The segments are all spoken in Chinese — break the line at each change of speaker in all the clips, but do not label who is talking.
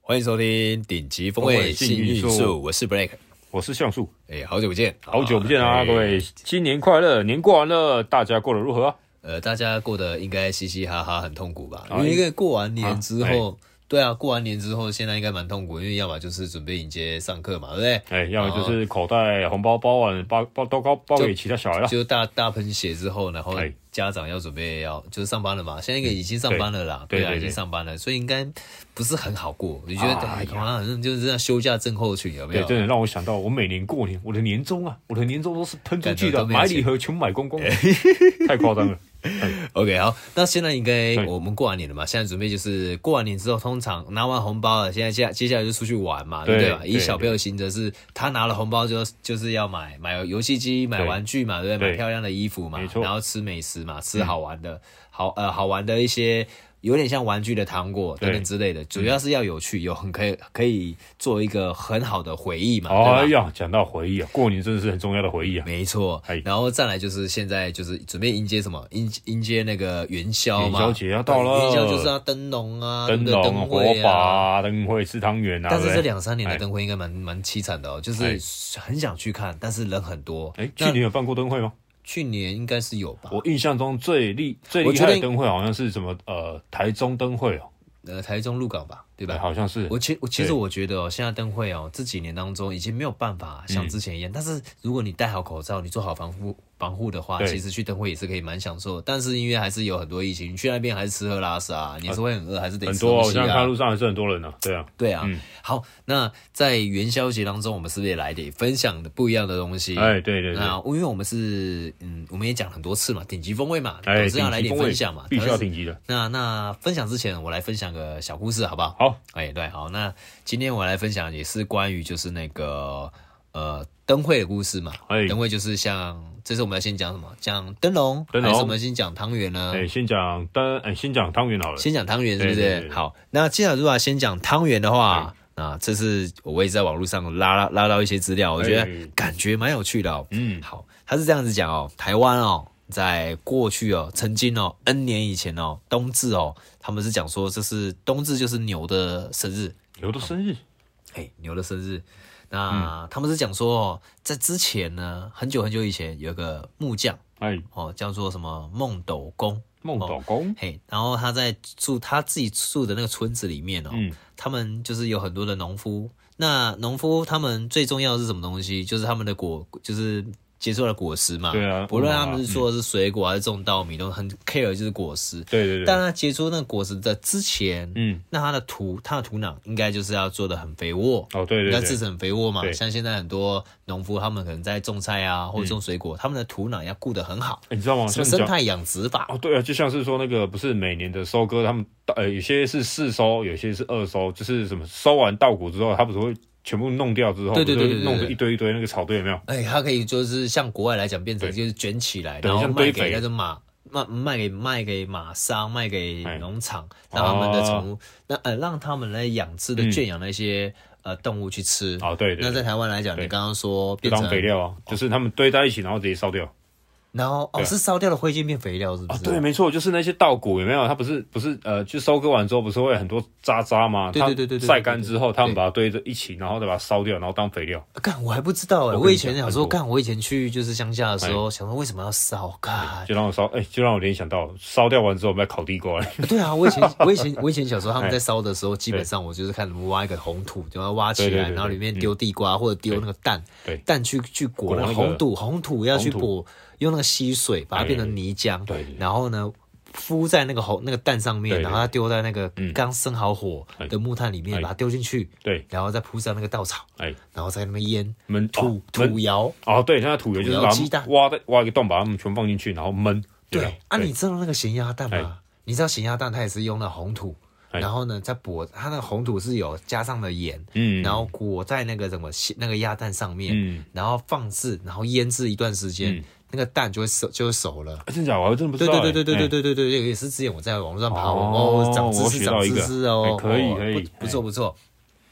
欢迎收听顶级风
风
味
味
幸
幸运
运
树
树，我是 Blake。
我是橡树，
哎、好久不见，
好久不见啊，
哎
各位，新年快乐！年过完了，大家过得如何啊？
呃，大家过得应该嘻嘻哈哈，很痛苦吧？因
哎
为一个过完年之后，对啊，过完年之后，现在应该蛮痛苦，因为要么就是准备迎接上课嘛，对不对？
哎，要么就是口袋红包包完，包包都包包给其他小孩了。
就大大喷血之后，然后
啊哎
家长要准备要就是上班了嘛，现在应该已经上班了啦，
对
啊，
对对
已
对
经上班了，所以应该不是很好过。你觉得
哎
哎，
呀
干嘛好像就是这样休假症候群有没啊
对，
有？
真的让我想到，我每年过年，我的年终啊，我的年终都是喷出
感觉
去的，
都没哎有
买
钱
礼盒全部买光光， 太夸张了。
OK，好，那现在应该
对
我们过完年了嘛？现在准备就是过完年之后，通常拿完红包了，现在接接下来就出去玩嘛，对不
对
对吧？
对
以小朋友行则是，他拿了红包就就是要买买游戏机、买
对
玩具嘛，对不对？
对
买漂亮的衣服嘛
没，错嗯
然后吃美食嘛，吃好玩的，好呃好玩的一些。有点像玩具的糖果等等
对
之类的，主要是要有趣，有很可以可以做一个很好的回忆嘛， 对吧啊
哎？呀，讲到回忆啊，过年真的是很重要的回忆啊。
没错
哎，
然后再来就是现在就是准备迎接什么？迎迎接那个元宵嘛，
元宵节要到了
元宵就是要灯笼啊，
灯
对不对
笼、
灯
火
会
把
啊。
啊、灯会、吃汤圆啊。
但是这
对不对
两三年的
哎
灯会应该蛮蛮凄惨的哦，就是很想去看，但是人很多。
哎，去
那
年有办过灯会吗？
去年应该是有吧？
我印象中最厉最
我
厉
觉
害
得
的灯会好像是什么呃台中灯会哦，
呃，台中鹿港吧，对
哎
吧？
好像是
我其我其实
对
我觉得哦，现在灯会哦，这几年当中已经没有办法
嗯
像之前一样。但是如果你戴好口罩，你做好防护防护的话，
对
其实去灯会也是可以蛮享受的。但是因为还是有很多疫情，你去那边还是吃喝拉撒，啊你还是会很饿，还是得
很
吃
多、
东
哦，
西
现在看
啊。
路上还是很多人呢、对啊，
对啊，
嗯
好，那在元宵节当中，我们是不是也来点分享的不一样的东西？
哎，对对对，
那因为我们是嗯，我们也讲很多次嘛，顶级风味嘛，
哎，
总是要来
顶级
点
风味
分享嘛，
必须要
但是
顶级的。
那那分享之前，我来分享个小故事，好不好？
好，
哎，对，好，那今天我来分享也是关于就是那个呃灯会的故事嘛。
哎
灯会就是像这次我们要先讲什么？讲灯笼，
灯
还是
笼
我们先讲汤圆呢？
哎，先讲灯，哎，先讲汤圆好了。
嗯先讲汤圆是不是？
对对哎对对
好，那既然如果先讲汤圆的话，那这次我也在网络上拉拉拉到一些资料，我觉得
哎
感觉蛮有趣的、哦。
嗯，
好，他是这样子讲哦，台湾哦，在过去哦，曾经哦，N 年以前哦，冬至哦，他们是讲说这是冬至就是牛的生日，
牛的生日，
哎，牛的生日。那、
嗯
他们是讲说哦，在之前呢，很久很久以前有一个木匠
哎，
哦，叫做什么孟斗公，
孟岛公，
嘿，然后他在住他自己住的那个村子里面哦，
嗯，
他们就是有很多的农夫。那农夫他们最重要的是什么东西？就是他们的果，就是结出来的果实嘛。
对啊
不论
嗯啊
他们是说的是水果还是种稻米，都很 care 就是果实。
对对
但
对，
他结出那个果实的之前，
嗯，
那他的土，他的土壤应该就是要做的很肥沃。
哦，对
应
对
该自
对，
成肥沃嘛，
对
像现在很多农夫，他们可能在种菜啊，或者种水果，他们的土壤要顾得很好，
哎你知道吗？
什么
像
生
讲
态养殖法，
哦，对啊，就像是说那个不是每年的收割，他们呃有些是四收，有些是二收，就是什么收完稻谷之后，他不是会全部弄掉之后，
对对
不是
对对对
会弄
对
成一堆一堆那个草堆有没有？
哎，它可以就是像国外来讲，变成就是卷起来，
对
然后
像
卖
堆
给
肥
那种马卖卖给卖给马商，卖给
哎
农场，让他们的宠物，那呃让他们来养殖的圈养那些呃动物去吃。
嗯哦，对对
那
对，
在哦台湾来讲，你刚刚说
就
变
当
成，
肥料啊，就是他们堆在一起，然后直接烧掉。
然后哦
对啊
是烧掉的灰烬变肥料，是不
啊
是？，
对，没错，就是那些稻谷有没有？它不是不是呃，就收割完之后不是会很多渣渣吗？
对
它
对对对对
晒干之后，他
对
们把它堆着一起，然后再把它烧掉，然后当肥料。
干我还不知道哎，
我跟你
我以前
讲哎
想
很
说，
多
干我以前去就是乡下的时候，想说为什么要烧？干
就让我烧，哎、就让我联想到烧掉完之后，我们再烤地瓜。
对啊，我以前我以前我以前小时候他
哎
们在烧的时候，基本上我就是看他们挖一个红土，就要挖起
对对
来，
对对嗯
然后里面丢地瓜或者丢那个蛋
对，
蛋去去裹
裹
那个
那个
红土，红土要去
红哎
裹用那个吸水把它变成泥浆，
对对对
然后呢敷在那个红那个蛋上面，
对对
然后它丢在那个
嗯
刚生好火的木炭里面，
哎
把它丢进去，
对，
然后再铺上那个稻草，
哎、
然后在那边腌
焖
土
哦
土
焖
窑。
哦，对，那土油就是
土
把
窑鸡蛋
它挖的挖一个洞，把它们全放进去，然后焖。
对
吧
啊，你知道那个咸鸭蛋吗
哎？
你知道咸鸭蛋它也是用了红土，
哎
然后呢再裹它的红土是有加上了盐，
嗯，
然后裹在那个什么咸那个鸭蛋上面，
嗯
然后放置，然后腌制一段时间，那个蛋就会熟就会熟了。
啊真假的我还真的不
对
知道、
对
哎
对对对对
哎
对对对，也是之前我在网络上爬文
哦
哦，长知
我
识
学
长
到一
知
个
识哦，
哎可以
哦
可以
不不错不错。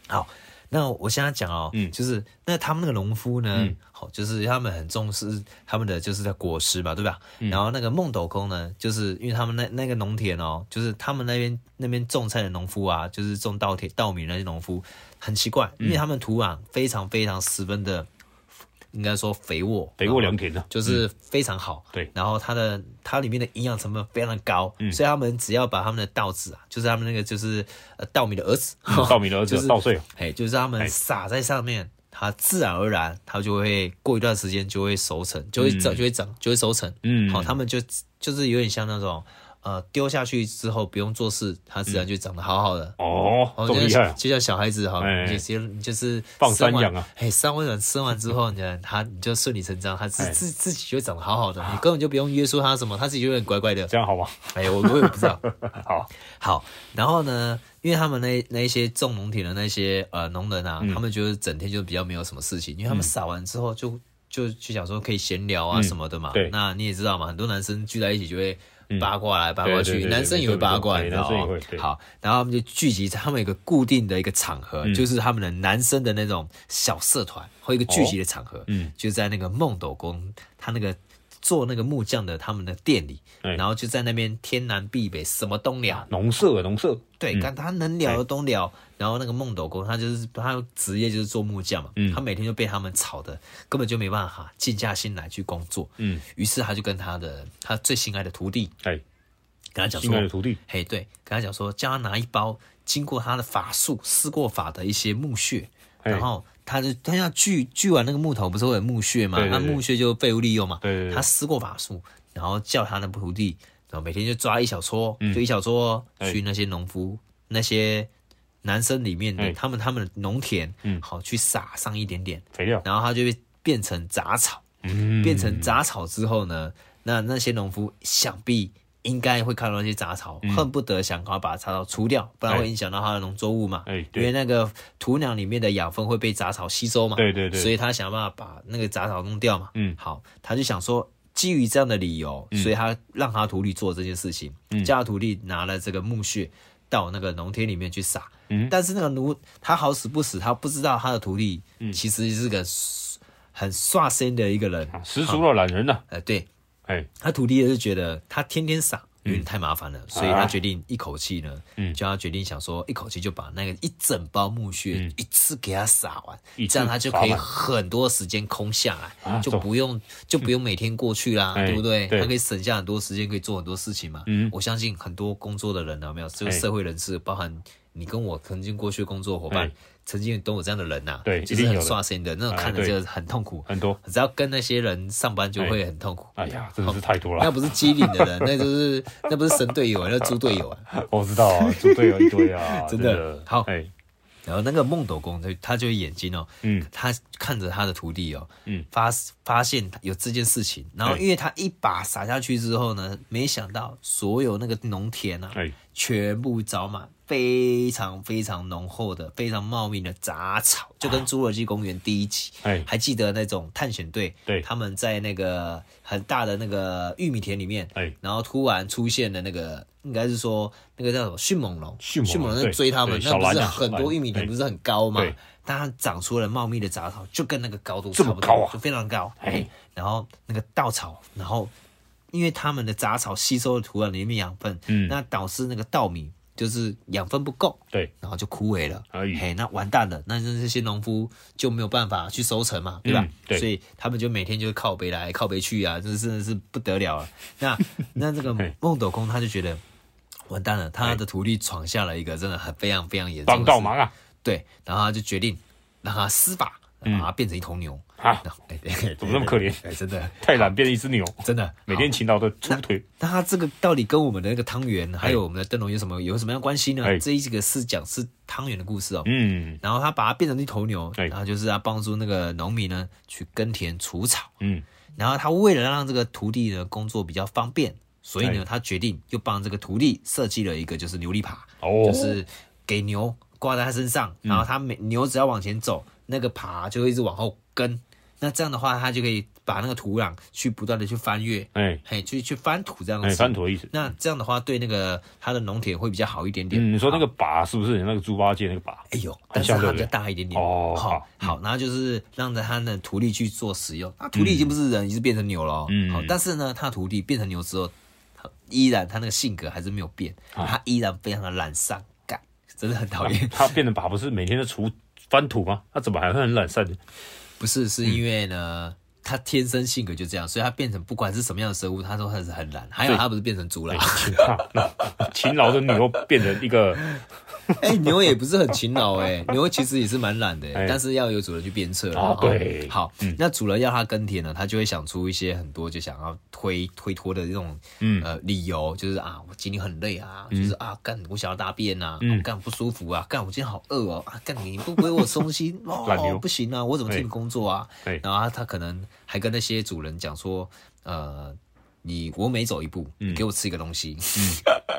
好，那我现在讲哦，
嗯
就是那他们那个农夫呢，
嗯
好，就是他们很重视他们的就是在果实嘛，对吧？
嗯
然后那个孟斗公呢，就是因为他们那那个农田哦，就是他们那边那边种菜的农夫啊，就是种稻田稻米那些农夫，很奇怪，
嗯
因为他们土壤非常非常十分的，应该说肥沃，
哎肥沃良田啊呢、
就是非常好。
嗯对
然后它的它里面的营养成分非常高，
嗯
所以他们只要把他们的稻子啊，就是他们那个就是呃稻米的儿子，
嗯稻米的儿子
就是
稻穗，
哎，就是他们撒在上面，它自然而然它就会过一段时间就会熟成，就会长、就会长就会熟成。
嗯
好、他们就就是有点像那种呃丢下去之后不用做事，它自然就长得好好的。
哦，
哦，
这
就
么厉
像
害、啊，
就像小孩子哈，
哎
你就直接你就是
放山
生完
羊啊，
哎，三温暖吃完之后，你看它你就顺理成章，它自
哎
自自己就长得好好的，你根本就不用约束它什么，它自己就很乖乖的。
这样好吗？
哎，我我也不知道。
好，
好，然后呢，因为他们那那一些种农田的那些呃农人啊，
嗯
他们就是整天就比较没有什么事情，因为他们撒完之后就就就想说可以闲聊啊
嗯
什么的嘛。
对
那你也知道嘛，很多男生聚在一起就会
嗯
八卦来八卦
对对
去，
对
男生也会八卦，
没
你
错
知道
没
吗
错对男生也会对？
好，然后他们就聚集在他们有一个固定的一个场合，
嗯
就是他们的男生的那种小社团或一个聚集的场合，
嗯，
就在那个孟斗宫，他那个做那个木匠的他们的店里，
哎
然后就在那边天南地北什么东聊，
农舍啊农舍，
对，看他能聊的都聊。然后那个孟斗公，他就是他职业就是做木匠嘛，
嗯
他每天就被他们吵的，根本就没办法静下心来去工作。
嗯，
于是他就跟他的他最心爱的徒弟
哎，
跟他讲
亲爱
说，
的徒弟，
嘿，对，跟他讲说，叫他拿一包经过他的法术施过法的一些木屑，
嘿
然后他就他要锯锯完那个木头，不是会有木屑嘛？
对对
那
对
木屑就废物利用嘛。
对对对
他施过法术，然后叫他的徒弟，然后每天就抓一小撮，就一小撮哦
嗯哎
去那些农夫、那些男生里面的
哎
他们他们的农田，
嗯
好去撒上一点点，
肥料，
然后它就会变成杂草。
嗯，
变成杂草之后呢，那那些农夫想必应该会看到那些杂草，恨不得想要把杂草除掉，不然
嗯哎
会影响到他的农作物嘛。
哎
因
对
为那个土壤里面的养分会被杂草吸收嘛。
对对对
所以他想办法把那个杂草弄掉嘛。
嗯
好，他就想说。基于这样的理由，所以他让他徒弟做这件事情，
嗯
叫他徒弟拿了这个木屑到那个农田里面去撒。
嗯
但是那个奴他好死不死，他不知道他的徒弟
嗯
其实是个 s- 很刷身的一个人，
啊十足的懒人呐，
呃，对
哎，
他徒弟就觉得他天天撒有点太麻烦了，所以他决定一口气呢，
啊嗯
就要决定想说一口气就把那个一整包木屑、一次给他撒完
嗯一，次
这样他就可以
撒满
很多时间空下来，
啊
就
走
不用就不用每天过去啦，
哎
对不对？
对嗯
他可以省下很多时间，可以做很多事情嘛。我相信很多工作的人啊呢，有没有这个
哎
社会人士，包含你跟我曾经过去的工作伙伴
哎，
曾经都有这样的人呐，
对
就是
一定有
很
的
刷新的那种，
哎
看着
对
就很痛苦。
很多，
只要跟那些人上班就会很痛苦。
哎呀，真的是太多
那
了，
不是机灵的 人，那就是那不是神队友啊，那是猪队友啊。
我知道 啊，猪队友一堆啊，
真
真
的好
哎，
然后那个孟斗公，他他就眼睛哦，
嗯，
他看着他的徒弟哦，
嗯，
发发现有这件事情，然后
哎
因为他一把撒下去之后呢，没想到所有那个农田啊，
哎，
全部长满非常非常浓厚的、非常茂密的杂草，就跟《侏罗纪公园》第一集，
哎
还记得那种探险队，
对
他们在那个很大的那个玉米田里面，
哎
然后突然出现的那个，应该是说那个叫什么迅猛龙，
迅猛龙
在
对
追他们，
对
那
小
不
蓝
是
啊
很
小
多
蓝
玉米田
对
不是很高嘛
对？
但它长出了茂密的杂草，就跟那个高度
这
差
么
不多，
高啊
就非常高，
哎
然后那个稻草，然后因为他们的杂草吸收了土壤里面养分，
嗯
那导致那个稻米就是养分不够，
对，
然后就枯萎了，
哎
嘿，那完蛋了，那这些农夫就没有办法去收成嘛，对吧？
嗯对
所以他们就每天就靠北来靠北去啊，这真的是不得了 了。那那这个
嘿
孟斗公他就觉得。完蛋了，他的徒弟闯下了一个真的很非常非常严重
帮
的
倒
事，
忙啊，
对，然后他就决定让他施法，
嗯
把他变成一头牛。
啊，
然后哎，哎
怎么那么可怜？
哎，真的，
太懒变成一只牛，
真的，
每天
好。
勤劳的出腿，
那它这个到底跟我们的那个汤圆，还有我们的灯笼有什么有什么样关系呢？
哎
这一个是讲是汤圆的故事哦。
嗯
然后他把它变成一头牛，
哎
然后就是要帮助那个农民呢去耕田除草。
嗯，
然后他为了让这个徒弟呢工作比较方便，所以呢
哎
他决定又帮这个徒弟设计了一个就是牛力耙，
哦，嗯
就是给牛挂在他身上，然后他每牛只要往前走，那个耙就会一直往后跟。那这样的话，它就可以把那个土壤去不断的去翻越，
哎
嘿，去去翻土这样
哎，
子。
翻土的意思。
那这样的话，对那个它的农田会比较好一点点。
嗯，你说那
好
个靶是不是那个猪八戒那个 靶？
哎呦，但
很
是
像
它
对不
比
对
较大一点点
哦好
好，好，然后就是让着它的土地去做使用，那土地已经不是人，已经变成牛了哦，
嗯
好，但是呢，它的土地变成牛之后，它依然它那个性格还是没有变，
啊
它依然非常的懒散，干，真的很讨厌。
他变成靶不是每天都除翻土吗？他怎么还会很懒散呢？
不是，是因为呢，它天生性格就这样，所以它变成不管是什么样的生物，它都还是很懒。还有它不是变成猪了
哎，勤劳，那 勤劳的牛变成一个，
哎、牛也不是很勤劳哎、牛其实也是蛮懒的、
哎
但是要有主人去鞭策啦
哦
哈
对
好，那主人要它耕田呢，它就会想出一些很多就想要推推脱的这种
嗯
呃理由，就是啊，我今天很累啊，就是啊，干我想要大便啊，
嗯
我干不舒服啊，干我今天好饿哦，啊，干你不给我松心
懒牛
哦，不行啊，我怎么替你
哎
工作啊？
哎
然后它它可能还跟那些主人讲说，呃。你我每走一步，
嗯
你给我吃一个东西，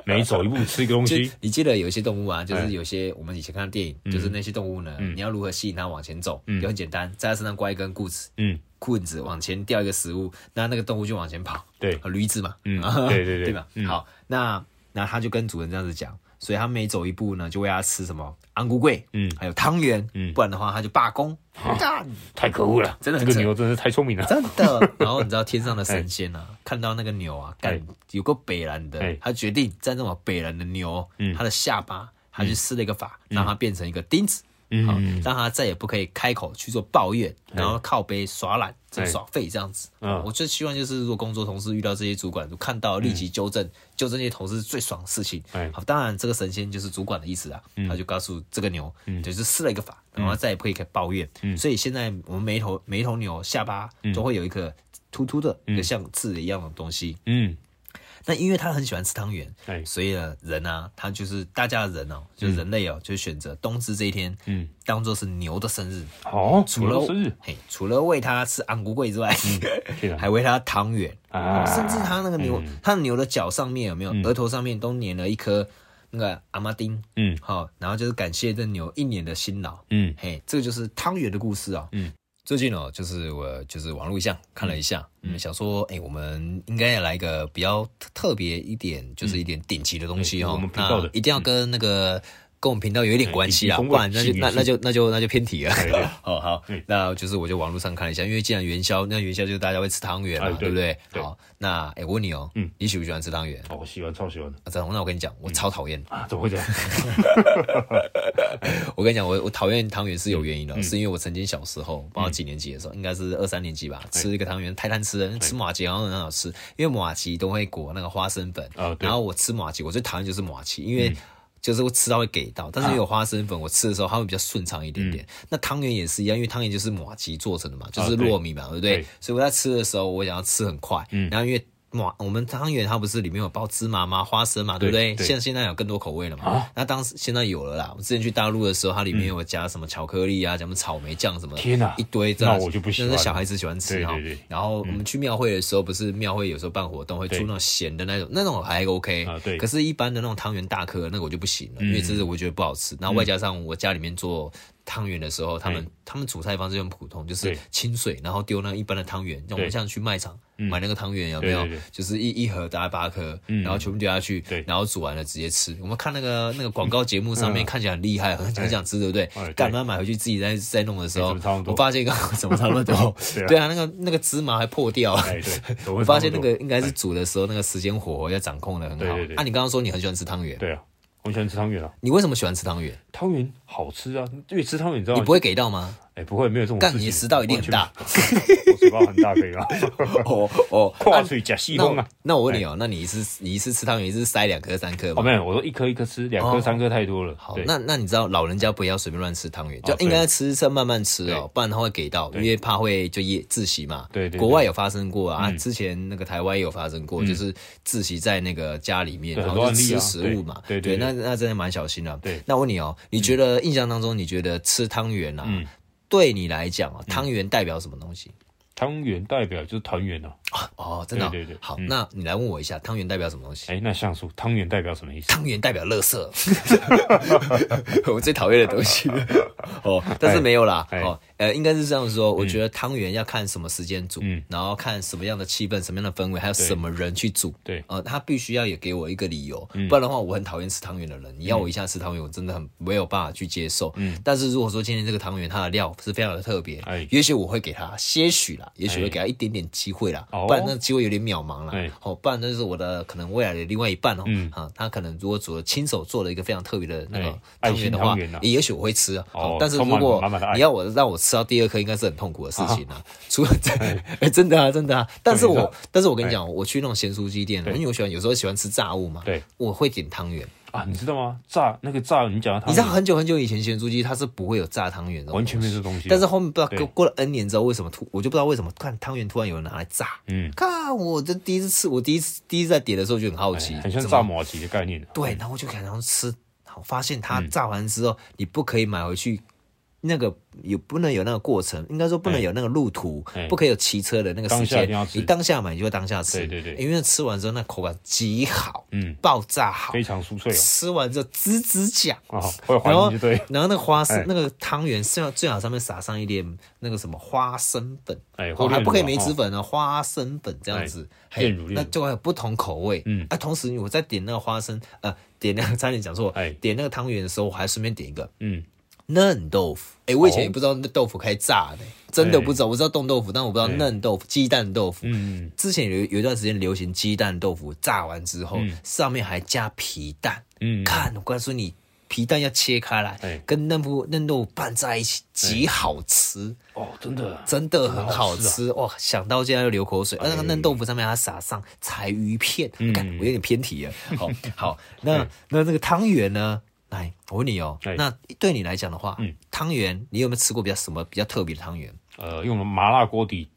每走一步吃一个东
就
西。
你记得有一些动物啊，就
哎嗯
是有些我们以前看的电影，就是那些动物呢，你要如何吸引它往前走，也很简单，在它身上挂一根棍子，
嗯，
棍子往前掉一个食物，那那个动物就往前跑，
对，
呃驴子嘛，
嗯对
对
对对
吧
嗯？
好，那那他就跟主人这样子讲，所以他每走一步呢，就喂他吃什么安菇桂，
嗯
还有汤圆，
嗯哦
不然的话他就罢工， 干
太可恶了，
真的
这
很
个
扯
牛真的是太聪明了。
真的。然后你知道天上的神仙啊，看到那个牛啊，
哎
干有个北蓝的
哎，
他决定在那种北蓝的牛
嗯，
它的下巴，他去施了一个法，让它变成一个钉子。
嗯
好
嗯，
让他再也不可以开口去做抱怨，然后靠背耍懒、
哎
这耍废这样子。
嗯
我最希望就是，如果工作同事遇到这些主管，看到立即纠正，纠正这些同事是最爽的事情。
嗯哎嗯
好，当然这个神仙就是主管的意思啊，他就告诉这个牛，就是施了一个法，然后他再也不可以开抱怨。
嗯
所以现在我们每一头每一头牛下巴都会有一个突突的、一个像刺一样的东西。
嗯，
那因为他很喜欢吃汤圆，
哎
所以呢，人啊，他就是大家的人哦，就是人类哦，就选择冬至这一天，
嗯，
当做是牛的生日，
好，
除
牛
了
的生日，
嘿，除了喂它吃安菇桂之外，
天啊
还喂它汤圆，哦
啊
甚至它那个牛，它的牛的脚上面有没有，额头上面都粘了一颗那个阿妈丁，
嗯
好、然后就是感谢这牛一年的辛劳，
嗯
嘿，这个就是汤圆的故事啊、
嗯，
最近哦，就是我就是网络一下看了一下，嗯，想说，哎、我们应该要来一个比较特特别一点，就是一点顶级的东西
嗯
哦。
我们频道的嗯
那一定要跟那个、跟我们频道有一点关系
哎
啊，
顶级
不然那就
风味
那那就那就那就偏题了
哎对。
哦，好
嗯，
那就是我就网络上看了一下，因为既然元宵，那元宵就是大家会吃汤圆嘛，
哎对
对不对？
对
好，那哎、我问你哦，
嗯
你喜不喜欢吃汤圆？
哦，喜欢超喜欢的
啊张红，那我跟你讲，我超讨厌。
啊，怎么会这样？
呃我跟你讲，我我讨厌汤圆是有原
嗯
因的，是因为我曾经小时候，不知道几年级的时候，应该是二三年级吧，
哎
吃一个汤圆太贪吃了，吃马吉好像很好吃，因为马吉都会裹那个花生粉
啊对，嗯
然后我吃马吉，我最讨厌就是马吉，因为。就是会吃到会给到，但
啊
是因为有花生粉，我吃的时候它会比较顺畅一点
嗯
点。那汤圆也是一样，因为汤圆就是马吉做成的嘛，就是
啊对哎嗯
糯米嘛，对不对？
对
所以我在吃的时候，我想要吃很快。然后因为马我们汤圆它不是里面有包芝麻吗？花生嘛，对不
对
对？
对
现现在有更多口味了嘛？那当时现在有了啦。我之前去大陆的时候，它里面有加什么巧克力啊，什么草莓酱什么的，
天哪
一堆这
啊那我就不喜欢
那是小孩子喜欢吃哈
对对对。
然后我们去庙会的时候，不是庙会有时候办活动会出
对
那种咸的那种，那种还 OK
啊对嗯
可是，一般的那种汤圆大颗的那个我就不行了，因为这是我觉得不好吃。然后外加上我家里面做。汤圆的时候，他们他们煮菜方式很普通，就是
对
清水，然后丢那一般的汤圆。像我
对嗯
们像去卖场买那个汤圆，有没有？
对对对嗯
就是一一盒大概八颗，然后全部丢下去
对，
然后煮完了直接吃。我们看那个那个广告节目上面看起来很厉害，很很想吃，对不
嗯哎
对？
对
干嘛买回去自己在在弄的时
哎
候
怎么差那么，多
哦我发现一个 怎么差那么多
对啊？
对啊，那个那个芝麻还破掉。
哎，对，怎么
我
会
发现
差
那
不多
个应该是煮的时候那个时间火候要掌控的很好。
对对对
啊，你刚刚说你很喜欢吃汤圆，
对啊，我喜欢吃汤圆啊，
你为什么喜欢吃汤圆？
汤圆好吃啊，因为吃汤圆你知道
你
吗
不？会给到吗？
哎，不会没有这种事
干
情，
你的食道一定很大
完全，我嘴巴很大可以吗？
哦哦，
跨
啊
嘴假细
那
风
我
啊！
那我问你哦，那你一次你一次吃汤圆，一次塞两颗三颗
哦，
吗？
没有，我说一颗一颗吃，两颗
啊哦
三颗太多了。
好
对，
那那你知道老人家不要随便乱吃汤圆，就
哦对
应该吃是慢慢吃哦，不然他会给到，
对
因为怕会就夜窒息嘛。
对对对嗯
国外有发生过啊，之前那个台湾也有发生过，就是窒息在那个家里面，
对
然
很多
后就
案例
吃
啊
食物嘛。
对对
对，
对
那那真的蛮小心的。
对
那我问你哦，你觉得印象当中，你觉得吃汤圆啊
嗯，
对你来讲啊，汤圆代表什么东西？
汤圆代表就是团圆啊。
哦，真的哦
对对嗯对
好，那你来问我一下，汤圆代表什么东西？
哎，那像素汤圆代表什么意思？
汤圆代表垃 圾，我最讨厌的东西了。哦，但是没有啦。
哎
哦，哎、嗯呃，应该是这样说，我觉得汤圆要看什么时间煮，
嗯
然后看什么样的气氛、什么样的氛围，还有什么人去煮。
对嗯
呃，他必须要也给我一个理由，不然的话，我很讨厌吃汤圆的人。你要我一下吃汤圆，我真的很没有办法去接受。嗯，但是如果说今天这个汤圆它的料是非常的特别，
哎
也许我会给他些许啦，也许会给他一点点机会啦，
哦
不然那个机会有点渺茫啦。
哎
哦，不然那就是我的可能未来的另外一半哦，
嗯
啊，他可能如果煮了亲手做了一个非常特别的那个
哎
汤圆的
爱心
话
汤圆啊，
也许我会吃啊。
哦
哦，但是如
充满
果
满满的爱
你要我让我吃到第二颗，应该是很痛苦的事情 啊。除了这， 哎，真的啊，真的啊。但是
对你
我，但是我跟你讲，我去那种咸酥鸡店，因为我喜欢有时候喜欢吃炸物嘛，
哎对
我会点汤圆。
啊，你知道吗？炸那个炸，你讲到
你
汤
知道
圆
很久很久以前咸酥鸡它是不会有炸汤圆的，哦
完全没。这东西啊，
但是后面不知道
对
过过了 N 年之后，为什么突我就不知道为什么，看汤圆突然有人拿来炸。
嗯，
看我这第一次吃，我第一次第一次在点的时候就很好奇，
哎很像
怎么
炸马吉的概念啊，
对，然后我就可能吃，好发现它
嗯
炸完之后，你不可以买回去。那个有不能有那个过程，应该说不能
哎
有那个路途，
哎
不可以有骑车的那个时
当下一
间
定要。吃
你当下买，你就当下吃。
对对对
因为吃完之后那口感极好，
嗯，
爆炸好，
非常酥脆哦
吃完之后吱吱响。
啊，会怀
然后
疑就对了，，
然后那个花生
哎，
那个汤圆是要最好上面撒上一点那个什么花生粉，
哎
哦
或
还不可以
炼
梅
乳啊
子粉呢，花生粉这样子，
哎
嘿
炼乳炼
那
乳
就会有不同口味。
嗯
啊，同时我在点那个花生，呃，点那个差点讲错
哎，
点那个汤圆的时候，我还顺便点一个
嗯，
嫩豆腐。哎，我以前也
哦
不知道嫩豆腐可以炸的，真的
哎
不知道，我知道冻豆腐，但我不知道
哎
嫩豆腐、鸡蛋豆腐。
嗯，
之前有有一段时间流行鸡蛋豆腐，炸完之后上面还加皮蛋，
嗯
看我告诉你，皮蛋要切开
哎
来，跟嫩豆腐嫩豆腐拌在一起，极好吃，
哦，真的啊，
真的很好
真的好啊哎
吃哇！想到现在就流口水。而那个嫩豆腐上面还撒上柴鱼片，看
嗯
我有点偏 题了。啊好好，那那这个汤圆呢？来，我问你哦
哎，
那对你来讲的话
嗯，
汤圆你有没有吃过比较什么比较特别的汤圆？
呃，用麻辣锅底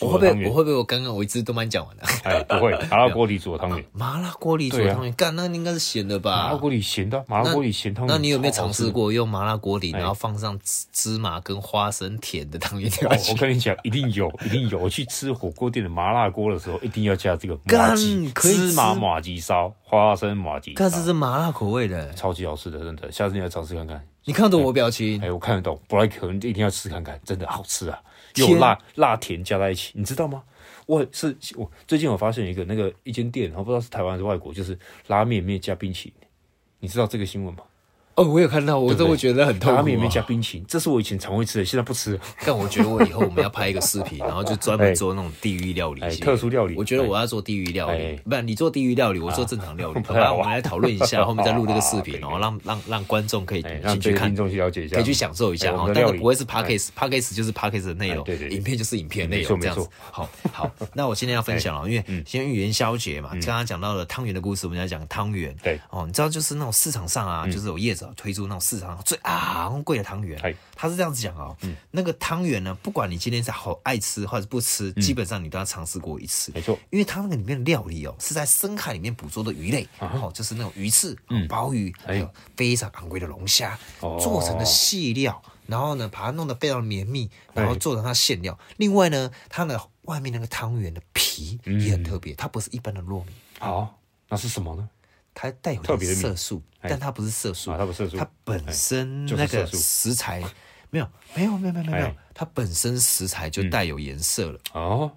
我
煮
会不
的
会
汤
我
圆，
会不会我刚刚我一直都蛮讲完的？
哎，不会，麻辣锅底煮的汤圆，
麻辣锅里煮的汤圆，干、那应该是咸的
啊麻辣
吧？
锅底咸的，麻辣锅底咸汤圆，
啊那你有没有
超好
尝
吃
试
的？
过用麻辣锅底，
哎
然后放上芝芝麻跟花生甜的汤圆掉下
哦
去
我？跟你讲，一定有，一定有。我去吃火锅店的麻辣锅的时候，一定要加这个
干
麻鸡
可以吃
芝麻麻鸡烧、花生麻鸡烧
看，这是麻辣口味的，
超级好吃的，真的。下次你来尝试看看。
你看得懂我表情？
哎，我看得懂，不来可能一定要吃看看，真的好吃啊！
天
又辣辣甜加在一起，你知道吗？我是我最近我发现一个那个一间店，然后不知道是台湾还是外国，就是拉面里面加冰淇淋，你知道这个新闻吗？
哦，我有看到，我
对
都会觉得很痛
拉
苦、
面里面
啊。
加冰淇淋，这是我以前常会吃的，现在不吃了。
但我觉得我以后我们要拍一个视频，然后就专门做那种地狱料理
哎
系列
特殊料理
我觉得我要做地狱料理
哎，
不然你做地狱料理，我做正常料理。好
太好
吧，
啊
我们来讨论一 下，后面再录这个视频，
好
然
好
后让让让观众可以
哎，让
进
这
去
个
看
听众去了解一下，
可以去享受一下
哎我
哈，
们的
但
料
是
理
不会是 podcast，podcast 就是 podcast 的内容
哎对对，对
影片就是影片内
没错哎
容
嗯
这样
没
子
错。
好好，那我现在要分享了，哦因为先元宵节嘛，刚刚讲到了汤圆的故事，我们要讲汤圆。
嗯对嗯
哦，你知道就是那种市场上啊，就是有业者推出那种市场上最昂贵的汤圆啊
哎，
他是这样子讲哦，
嗯
那个汤圆呢，不管你今天是好爱吃或者是不吃，
嗯
基本上你都要尝试过一次
没。错，
因为它那个里面的料理哦，是在深海里面捕捉的鱼类，
啊
哦，就是那种鱼翅、
嗯
哦鲍鱼，还
哎
有非常昂贵的龙虾，
哦
做成的细料，然后呢，把它弄得非常绵密，
哎
然后做成它馅料。另外呢，它的外面那个汤圆的皮也很特
嗯
别，它不是一般的糯米，
好，那是什么呢？
它带有
特
点
别的米
色素，
哎
但它不是色素，
啊它不是色素
它本身
哎就是
那个
色素
食材。没有，没有，没有，没有，没有没有
哎，嗯
它本身食材就带有颜色了。
哦，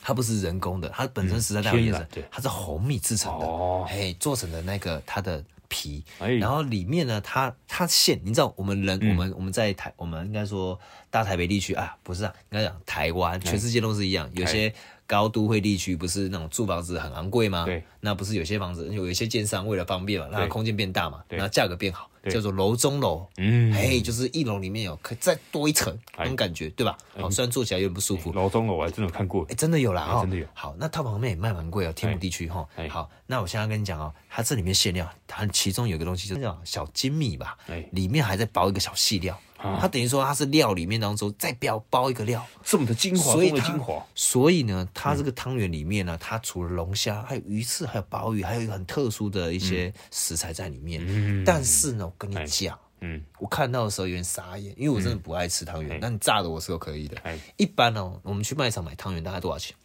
它不是人工的，它本身实在带有
嗯天
颜
然
色
对，
它是红米制成的，
哦
嘿，做成的那个它的皮，
哎
然后里面呢，它它馅，你知道我们人，
嗯
我们我们在台，我们应该说大台北地区啊，不是啊，应该讲台
哎
湾，全世界都是一样，有些。高都会地区不是那种住房子很昂贵吗？
对，
那不是有些房子有一些建商为了方便嘛，让它
对
空间变大嘛，
对
然后价格变好，
对
叫做楼中楼。
嗯
哎，就是一楼里面有可以再多一层那
哎
种感觉，对吧？好，虽然坐起来有点不舒服，
老中了，我还真的有看过
哎、，真的有啦
哎
哈、
真的有
好，那套房面也卖蛮贵哦，天母地区哈、
哎
好，那我现在跟你讲哦，它这里面馅料，它其中有一个东西就叫小金米吧，
哎
里面还在包一个小细料，
啊
它等于说它是料里面当中再包包一个料，
这么的精华，
所
这
以
么的
它
精华，
所以呢，它这个汤圆里面呢，它除了龙虾，还有鱼翅，还有鲍鱼，还有一个很特殊的一些食材在里面。
嗯
但是呢，我跟你
哎
讲。
嗯，
我看到的时候有点傻眼，因为我真的不爱吃汤圆。那、你炸的我是有可以的
哎。
一般哦，我们去卖场买汤圆大概多少钱？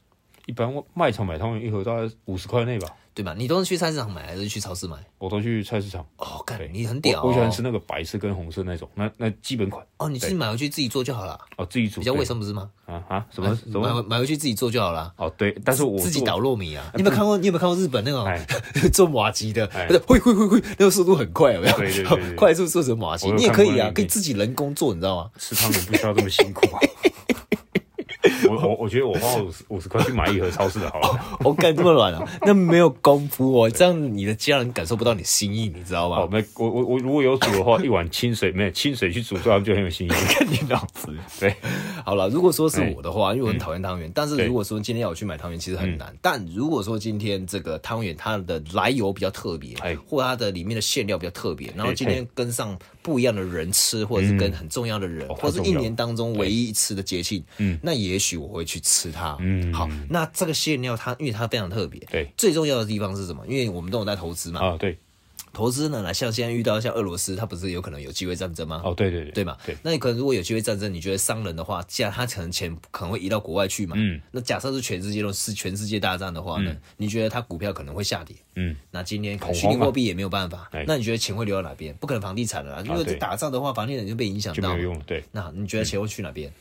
一一般外卖场买汤圆一盒大概五十块内吧，
对吧？你都是去菜市场买还是去超市买？
我都去菜市场。
哦，
对
干，你很
我
屌、哦
我喜欢吃那个白色跟红色那种，那那基本款
哦，你自己买回去自己做就好了，
哦，自己煮
比较
对
卫生不是吗？
啊啊，什么什
买
么
回买回去自己做就好了。
哦，对，但是我
自己
做
捣糯米啊！你有没有看过？你有没有看过日本那
哎
种 做马吉的？
哎
不是，会会会会，那个速度很快，有没有？
对对对对对
快速做成马吉，
我有
你也
看
可
过
以
那
啊，
个
可以自己人工做，你知道吗？
吃汤圆不需要这么 辛苦啊。我我我觉得我花五十五十块去买一盒超市的 好了，
我干这么软啊，那没有功夫哦，这样你的家人感受不到你心意，你知道
好
吗？
没哦我我我如果有煮的话，一碗清水没有清水去煮，对他们就很有新意。
看你老子。
对，
好了，如果说是我的话，因为我很讨厌汤圆，但是
哎嗯对嗯
如果说今天要我去买汤圆，其实很难。但如果说今天这个汤圆它的来由比较特别
哎，
或它的里面的馅料比较特别，然后
嘿
今天跟上不一样的人吃，或者是跟很重要的人，
哦
或者
太
是
重
一
要
年当中唯一一次的节庆，那也许我会去吃它。
嗯
好，那这个馅料它因为它非常特别，
对
最重要的地方是什么？因为我们都有在投资嘛，
啊，对，
投资呢，来像现在遇到像俄罗斯，它不是有可能有机会战争吗？
哦，对对对，
对嘛？
对，
那你可能如果有机会战争，你觉得商人的话，既然他可能钱可能会移到国外去嘛，
嗯，
那假设是全世界都是全世界大战的话呢，你觉得他股票可能会下跌？
嗯，
那今天可能
恐
虚拟
慌嘛
货币也没有办法
哎，啊
那你觉得钱会流到哪边？不可能房地产了啦，因为
对
打仗的话，房地产就被影响
就没
到
有
嘛。
用了，对，
那你觉得钱会去哪边？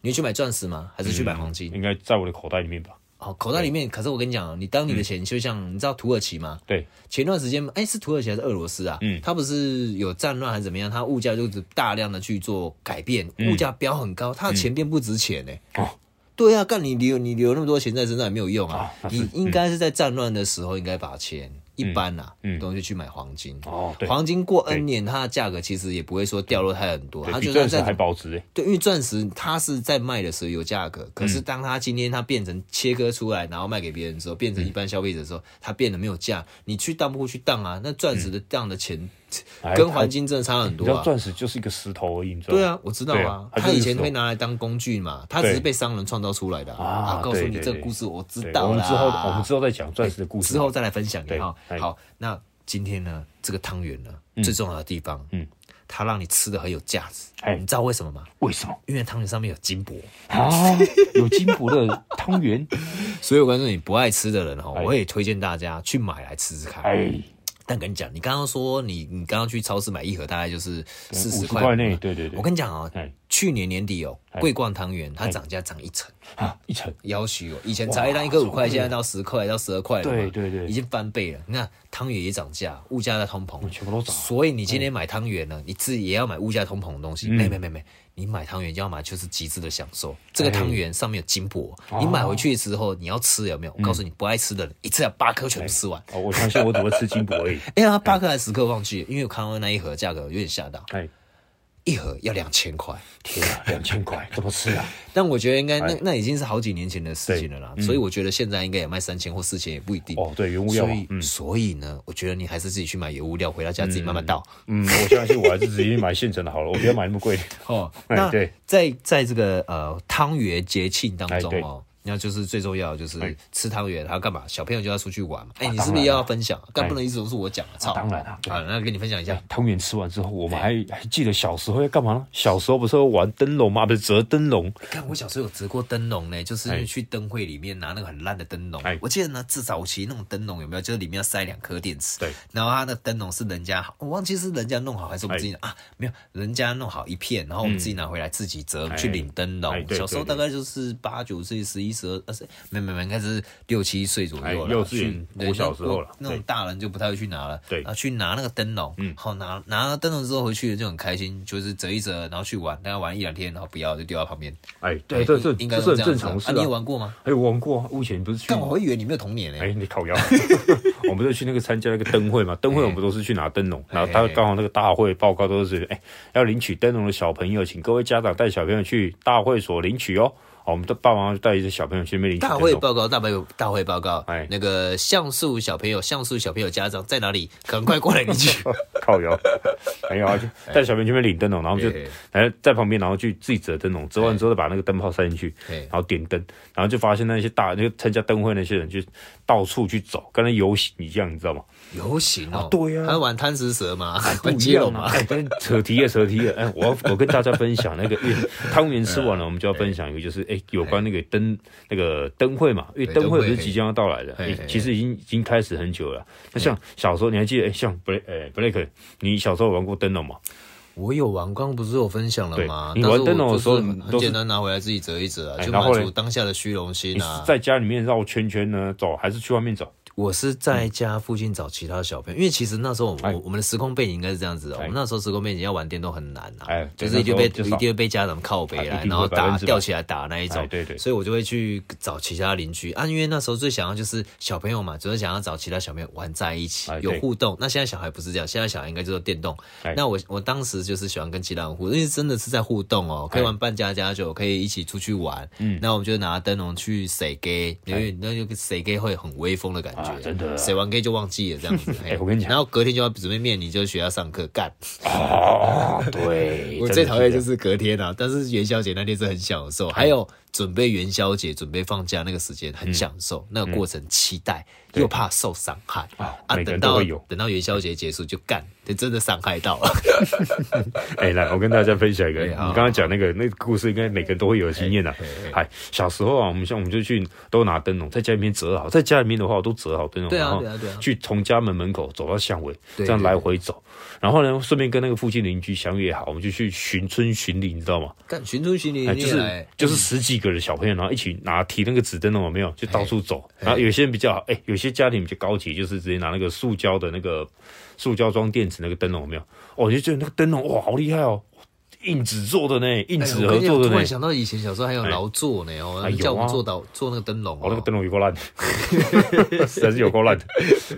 你会去买钻石吗？还是
嗯
去买黄金？
应该在我的口袋里面吧？
哦，口袋里面。可是我跟你讲哦，你当你的
嗯
钱就像你知道土耳其吗？
对，
前段时间，哎、是土耳其还是俄罗斯啊？嗯，它不是有战乱还是怎么样？它物价就是大量的去做改变，
嗯
物价飙很高，它的钱变不值钱呢、
哦，
对啊，干你留你留那么多钱在身上也没有用啊！
啊那是嗯
你应该是在战乱的时候应该把钱、一般啊，东西去买黄金。
哦，对，
黄金过 N 年，它的价格其实也不会说掉落太很多，它
对
就
比
算
钻石
在
还保值哎，
对，因为钻石它是在卖的时候有价格，可是
嗯
当它今天它变成切割出来，然后卖给别人之后，变
嗯
成一般消费者的时候，它变得没有价。你去当铺去当啊，那钻石的当的钱、
嗯哎
跟黄金真的差很
你
多
知道
啊。
钻石就是一个石头而已，你知道吗？
对啊，我知道
对
啊
啊，
他以前
它就是石头
会拿来当工具嘛，他只是
对
被商人创造出来的
啊
告诉
对
你
对
这个
对
故事，我知
对
道
我们
啦。哎
之后我们之后再讲钻石的故事，
之后再来分享给哈。
对哎
好，那今天呢，这个汤圆呢，最重要的地方，嗯，它让你吃的很有价值。
哎
你知道为什么吗？
为什么
因为汤圆上面有金箔。
啊？有金箔的汤 圆，
所以我告诉你，不爱吃的人哈，
哎
我也推荐大家去买来吃吃看。
哎，
但跟你讲，你刚刚说你你刚刚去超市买一盒，大概就是四
嗯五
十
十块
嘛
内，。对对对，
我跟你讲啊
哎，
去年年底哦，桂冠汤圆它涨价涨一成，
啊一层，
要许哦，以前茶叶蛋一颗五块，现在到十块到十二块了嘛，
对对对
已经翻倍了。你看汤圆也涨价，物价在通膨，
全部都涨
所以你今
嗯
天买汤圆呢，你自己也要买物价通膨的东西。没没没没，你买汤圆就要买就是极致的享受。这个汤圆上面有金箔，
哎
你买回去之后你要吃有没
嗯
有？我告诉你，不爱吃的人一次要八颗全部吃完。
哦，我相信我只会吃金箔而已。
哎呀，八颗还是十颗忘记了，因为我看到那一盒价格有点吓到，
哎，
一盒要两千块。
天啊，两千块怎么吃啊？
但我觉得应该那
哎嗯
那已经是好几年前的事情了啦，所以我觉得现在应该也卖三千或四千也不一定。
哦，对，原物料
所
嘛
以，所以呢，我觉得你还是自己去买原物料，回到家自己慢慢倒。
嗯，我相信我还是直接买现成的好了，我不要买那么贵的。
哦，
哎
那
对
在在这个呃汤圆节庆当中
哎对
哦，那就是最重要的就是
哎
吃汤圆，还要干嘛？小朋友就要出去玩嘛。哎，
啊
你是不
当
是
然
要
啊
分享啊？干
哎
不能一直都是我讲啊，操！
当然啊对
好，那跟你分享一下
哎。汤圆吃完之后，我们还还记得小时候要干嘛呢？小时候不是会玩灯笼吗？不是折灯笼？
看我小时候有折过灯笼呢，就是因为
哎
去灯会里面拿那个很烂的灯笼
哎。
我记得呢，至早期那种灯笼有没有，就是里面要塞两颗电池。
对。
然后它的灯笼是人家好，我忘记是人家弄好还是我们自
哎
己拿啊？没有，人家弄好一片，然后我们自己拿回来自己折
哎
去领灯
哎
笼。
对
小时候
对
大概就是八九岁、十一、十二、二十，没有没有，没有应该是六七岁左右了。
哎幼稚园
去
国
对
小
那
时候了
那种
对
大人就不太会去拿了。
对嗯
然后去拿那个灯笼，好拿拿了灯笼之后回去就很开心，就是折一折，然后去玩，大概玩一两天，然后不要就丢到旁边。
哎，对，这这
应该
这
都
是很
这样
正
子
常的事
啊。你有玩过吗？
哎，我玩过啊，我以前不是去
但我会以为你没有童年呢、
哎，你烤鸭， 我们就去那个参加那个灯
哎
会嘛，灯会我们都是去拿灯笼，然后他刚好那个大会报告都是，哎，要领取灯笼的小朋友，请各位家长带小朋友去大会所领取哦。好，我们的爸妈就带一些小朋友去那边领取
大
灯
会
笼。
报告，大会大会报告，
哎
那个像素小朋友，像素小朋友家长在哪里？赶快过来领 取。
靠腰，没有啊，就带小朋友去那边领灯笼，然后就
哎
然后在旁边，然后去自己折灯笼，折完之后再把那个灯泡塞进去，
哎
然后点灯，然后就发现那些大那个参加灯会那些人，就到处去走，跟那游行一样，你知道吗？
游行哦，
啊对啊
还玩贪食蛇嘛，
不
玩
一
接龙
样
嘛
啊！，哎，不是扯题了，扯题了。哎，我要我跟大家分享那个，因为汤圆吃
嗯
完了，我们就要分享一个，就是哎，有关那个灯那个灯会嘛，因为
对
灯会不
灯
是
会
即将要到来的，
嘿
哎
嘿
其实已经已经开始很久了。那像小时候，你还记得？哎，像 Blake，哎 Blake，你小时候玩过灯笼吗？
我有玩，刚刚不是有分享了
对
吗？
你
但是
玩灯笼
我就
的
是
时候你
很
都
很
是
简单拿回来自己折一折啊，
哎
就
然后
满
嘞
足当下的虚荣心
你是
啊。
在家里面绕圈圈呢走，还是去外面 走？
我是在家附近找其他小朋友，因为其实那时候我们
嗯哎
我我们的时空背景应该是这样子的，我们那时候时空背景要玩电动很难啊，
哎
就
对
是一定被
那
一
时候就少
定会被家长靠背
哎一
来，
定会
然后
百
打
分之百
吊起来打那一种，
哎对对
所以我就会去找其他邻居啊，因为那时候最想要就是小朋友嘛，主要想要找其他小朋友玩在一起
哎，
有
对
互动。那现在小孩不是这样，现在小孩应该就是电动
哎。
那我我当时就是喜欢跟其他人互动，因为真的是在互动哦，
哎
可以玩扮家家酒，可以一起出去玩。嗯，那我们就拿灯笼去谁 gay，因
哎
为那就谁 gay 会很威风的感觉。
啊真的
谁玩 gay 就忘记了这样 子。哎
哎我跟你讲
然后隔天就要准备面临，就学校上课干。
哦，对
我最讨厌就是是隔天啊，但是元宵节那天是很享受，
哎
还有准备元宵节、准备放假那个时间很享受，那个过程期待，又怕受伤害
啊嗯每
等
个人都
到
会有
等到元宵节结束就干，这真的伤害到了。
哎、来，我跟大家分享一个，
哎
你
好
刚刚讲那个那个故事，应该每个人都会有经验的、啊。哎，小时候啊，我们像我们就去都拿灯笼在家里面折好，在家里面的话我都折好灯笼，
对啊
然后
对啊对啊
去从家门门口走到巷尾，
对
这样
对
来
对
回走。然后呢，顺便跟那个附近邻居相约好，我们就去寻春巡礼，你知道吗？
干寻春巡礼
哎，
你
就
也
是
来，
就是十几个的小朋友，然后一起拿提那个纸灯笼，有没有？就到处走。然后有些人比较好，哎、有些家庭比较高级，就是直接拿那个塑胶的那个塑胶装电池那个灯笼，有没有？哦，我就觉得那个灯笼哇，好厉害哦，硬纸做的呢，硬
哎
纸
我跟
合
你讲
作
突
的呢
然。想到以前小时候还有劳作呢，哦
哎，有啊
叫我们做到做那个灯笼
哦，那个
哦。
灯笼有够烂，实在是有够烂的。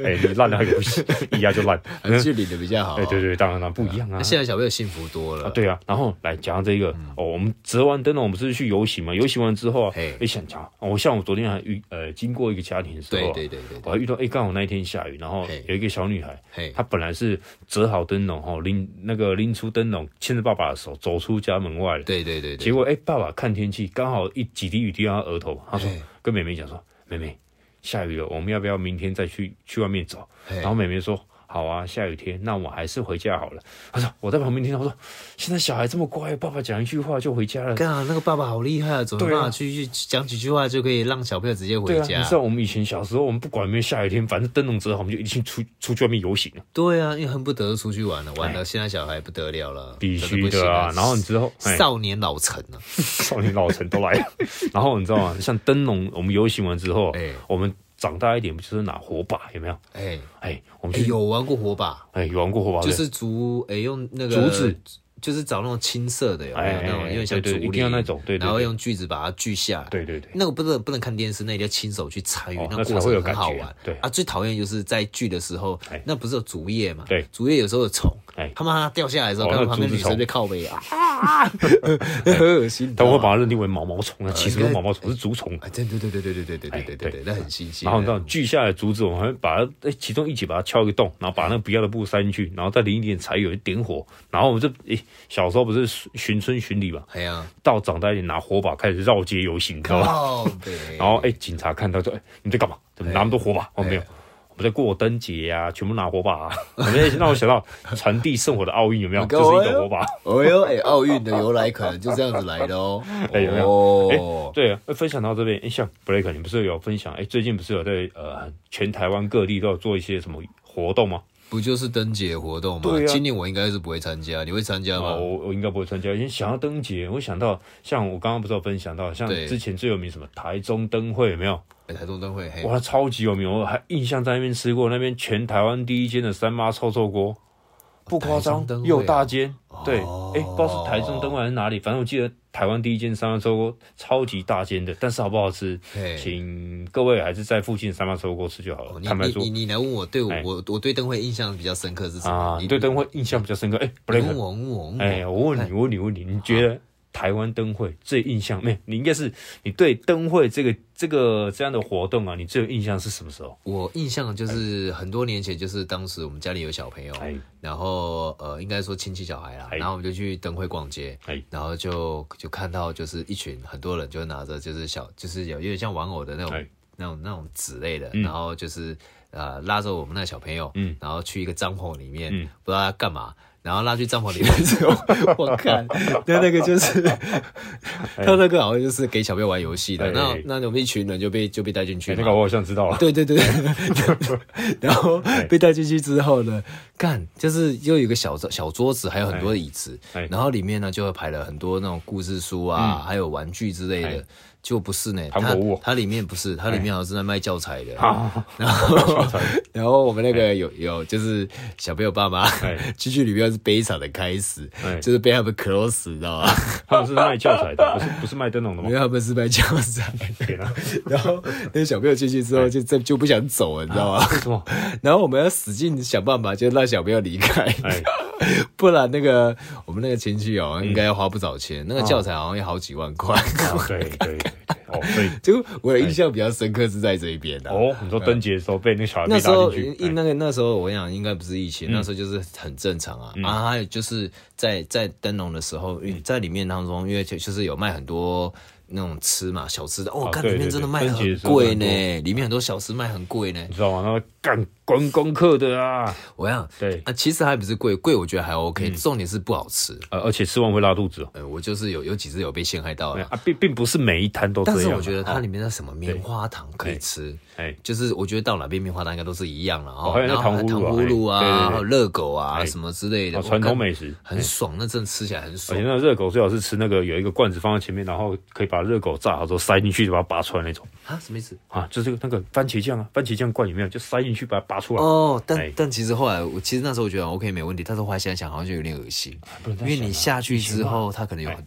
哎、你烂的还不行， 一压就烂。
还是领的比较好哦。
哎，对对，当然啦，不一样啊
那。现在小朋友幸福多了
啊，。对啊，然后来讲到这个、
嗯
哦，我们折完灯笼，我们不是去游行嘛？游行完之后啊
嘿，
也想讲，哦我像我昨天还遇呃经过一个家庭的时候
对
啊，
对对对
我
对，
还遇到，哎、刚好那一天下雨，然后
嘿
有一个小女孩，
嘿
她，本来是折好灯笼哦，拎那个拎出灯笼，牵着爸爸的手走出家门外了。
对对对对
结，果哎、爸爸看天气，刚好一几滴雨滴到她额头，他说
嘿
跟妹妹讲说，妹妹下雨了，我们要不要明天再去去外面走？
嘿
然后妹妹说。好啊，下雨天，那我还是回家好了。 她说我在旁边听到，我说现在小孩这么乖，爸爸讲一句话就回家了。
干啊，那个爸爸好厉害啊！怎么
对
办
啊
法去去讲几句话就可以让小朋友直接回
对啊，
家
你知？道我们以前小时候，我们不管有没有下雨天，反正灯笼折好，我们就一起出出去外面游行了。
对啊，因为恨不得出去玩了，玩了现在小孩不得了了，
必
真
须
不行
的啊！然后你 之后，哎，
少年老成啊，
少年老成都来了。 然后你知道吗？像灯笼，我们游行完之后，
哎
我们长大一点，不就是拿火把有没有？
哎，
哎，我们
哎
去
有玩过火把，
哎有玩过火把，
就
对
是竹，哎，用那个
竹子，
就是找那种青色的，有没
哎
有那
哎
种
哎
有点像竹
对对
林
一定要那种对对对
然后用锯子把它锯下来，
对对对，
那个不能不能看电视，那一定要亲手去参与，
哦
那
那才
过
会有
程很
感
好
觉
玩。
对
啊，最讨厌就是在锯的时候
哎，
那不是有竹叶嘛？
对
竹叶有时候有虫
哎，
他妈掉下来的时候，
哦
看到
那
旁边
竹
女
子
生
虫哎
被靠背 啊，啊很恶心。
他
你知道
会
吗
把它认定为毛毛虫啊，
呃
其实不是毛毛虫，是竹虫。啊
哎，对对对对对对对对对对对对，那很新鲜。
哎然后你知道锯下来的竹子，我们还会把它哎其中一节把它敲一个洞，然后把那个不要的布塞进去，然后再淋一点柴油点火，然后我们就哎小时候不是寻春巡礼嘛，
哎呀，
到长大一点拿火把开始绕街游行，你知道吗？
靠北，
然后哎、警察看到就哎、你在干嘛？怎么拿那么多火把？哦，没有，我们在过灯节呀、全部拿火把、啊。我们让我想到传递圣火的奥运有没有？
你
就
跟我
是一个火把。
哦哟，哎，奥运的由来可能就这样子来的哦。
哎有没有
哦，
对啊，分享到这边，哎、像 Blake，你不是有分享？哎、最近不是有在呃全台湾各地都有做一些什么活动吗？
不就是灯节活动吗
对？啊
今年我应该是不会参加，你会参加
啊，
吗？
我我应该不会参加，因为想到灯节，我想到像我刚刚不是有分享到，像
对
之前最有名什么台中灯会有没有？
哎台中灯会，嘿，
哇，超级有名，我还印象在那边吃过，那边全台湾第一间的三妈臭臭锅，不夸
台
张
中灯，会啊
又大间，对，哎、
哦
不知道是台中灯会还是哪里，反正我记得台湾第一间三妈臭臭锅超级大间的，但是好不好吃，
嘿
请各位还是在附近三妈臭臭锅吃就好了。
哦你
坦白
你
说
你你来问我对我
哎
我我对灯会印象比较深刻是什么
啊？，
你
对灯会印象比较深刻，哎、
你
b l a
问
k
我问我问
哎、
我，
我问你，我问你，我问你，你觉得台湾灯会最印象没有？你应该是你对灯会这个这个这样的活动啊，你最有印象是什么时候？
我印象就是很多年前，就是当时我们家里有小朋友，
哎
然后呃，应该说亲戚小孩啦，
哎
然后我们就去灯会逛街，
哎
然后就就看到就是一群很多人就拿着就是小就是有有点像玩偶的那种
哎
那种那种纸类的，然后就是呃拉着我们那小朋友，
嗯
然后去一个帐篷里面，
嗯
不知道要干嘛。然后拉去帐篷里面之后， 我看那那个 就是，他那个好像就是给小朋友玩游戏的，
哎
那那我们一群人就被就被带进去
哎
嘛，
那个我好像知道 了，
对对对，然后
哎
被带进去之后呢，干就是又有一个小桌小桌子，还有很多的椅子
哎，嗯
然后里面呢就会排了很多那种故事书啊，还有玩具之类
哎
的。就不是呢，
糖果
它
屋哦
它里面不是，它里面好像是在卖教材的。
啊，
然后然后我们那个有有就是小朋友爸妈
哎
去去里面是悲惨的开始
哎，
就是被他们 close 死，你知道吗？
他们是卖教材的，不是不是卖灯笼的
因
吗？
为他们是卖教材，
天啊，
然后那个小朋友进去之后就再就不想走了，你知道吗？
为什么？
然后我们要使劲想办法，就让小朋友离开，
哎
不然那个我们那个前区哦，应该要花不少钱，那个教材好像要好几万块。
啊嗯对对对，哦，所以
就我的印象比较深刻是在这一边的、啊
哦，你说灯节的时候被那个小孩被
那时
拉
候
进去，哎嗯
一那个那时候我想应该不是疫情，那时候就是很正常啊。啊，还有就是在在灯笼的时候，因为
嗯
在里面当中，因为就就是有卖很多。那种吃嘛，小吃的哦，看
对
里面
啊对
真的
对
卖
灯节
很
的时候
贵
啊很多嗯
呢，里面很多小吃卖很贵呢
你。知道吗？那个干观光客的啊，
我想
对嗯
啊，其实还不是贵，贵我觉得还 OK，重点是不好吃。
呃，而且吃完会拉肚子哦。
呃，我就是有有几次有被陷害到
哎
了，
啊，并并不是每一摊都这
哦但
样啊。
是我觉得它
哦
里面的什么棉花糖可以吃，
哎，
就是我觉得到哪边棉花糖应该都是一样了
哦
哦，
还有那
然后还有糖
糖
葫
葫
芦
芦啊
啊，
哎对对对
还有热狗啊
哎
什么之类的，
哦
我
传统
看
美哎食
很爽，那真的吃起来很
而
爽
且。那个热狗最好是吃那个有一个罐子放在前面，然后可以把热狗炸好之后塞进去，把它拔出来那种
啊，什么意思？
啊，就是那个番茄酱啊，番茄酱罐里面就塞进去把它拔出来，
哦，但
哎
但其实后来，我其实那时候我觉得 OK 没问题，但是后来现在想好像就有点恶 心，
不能
因
再
为
想
你
了
下去之
以前啊哎
后，它可能有很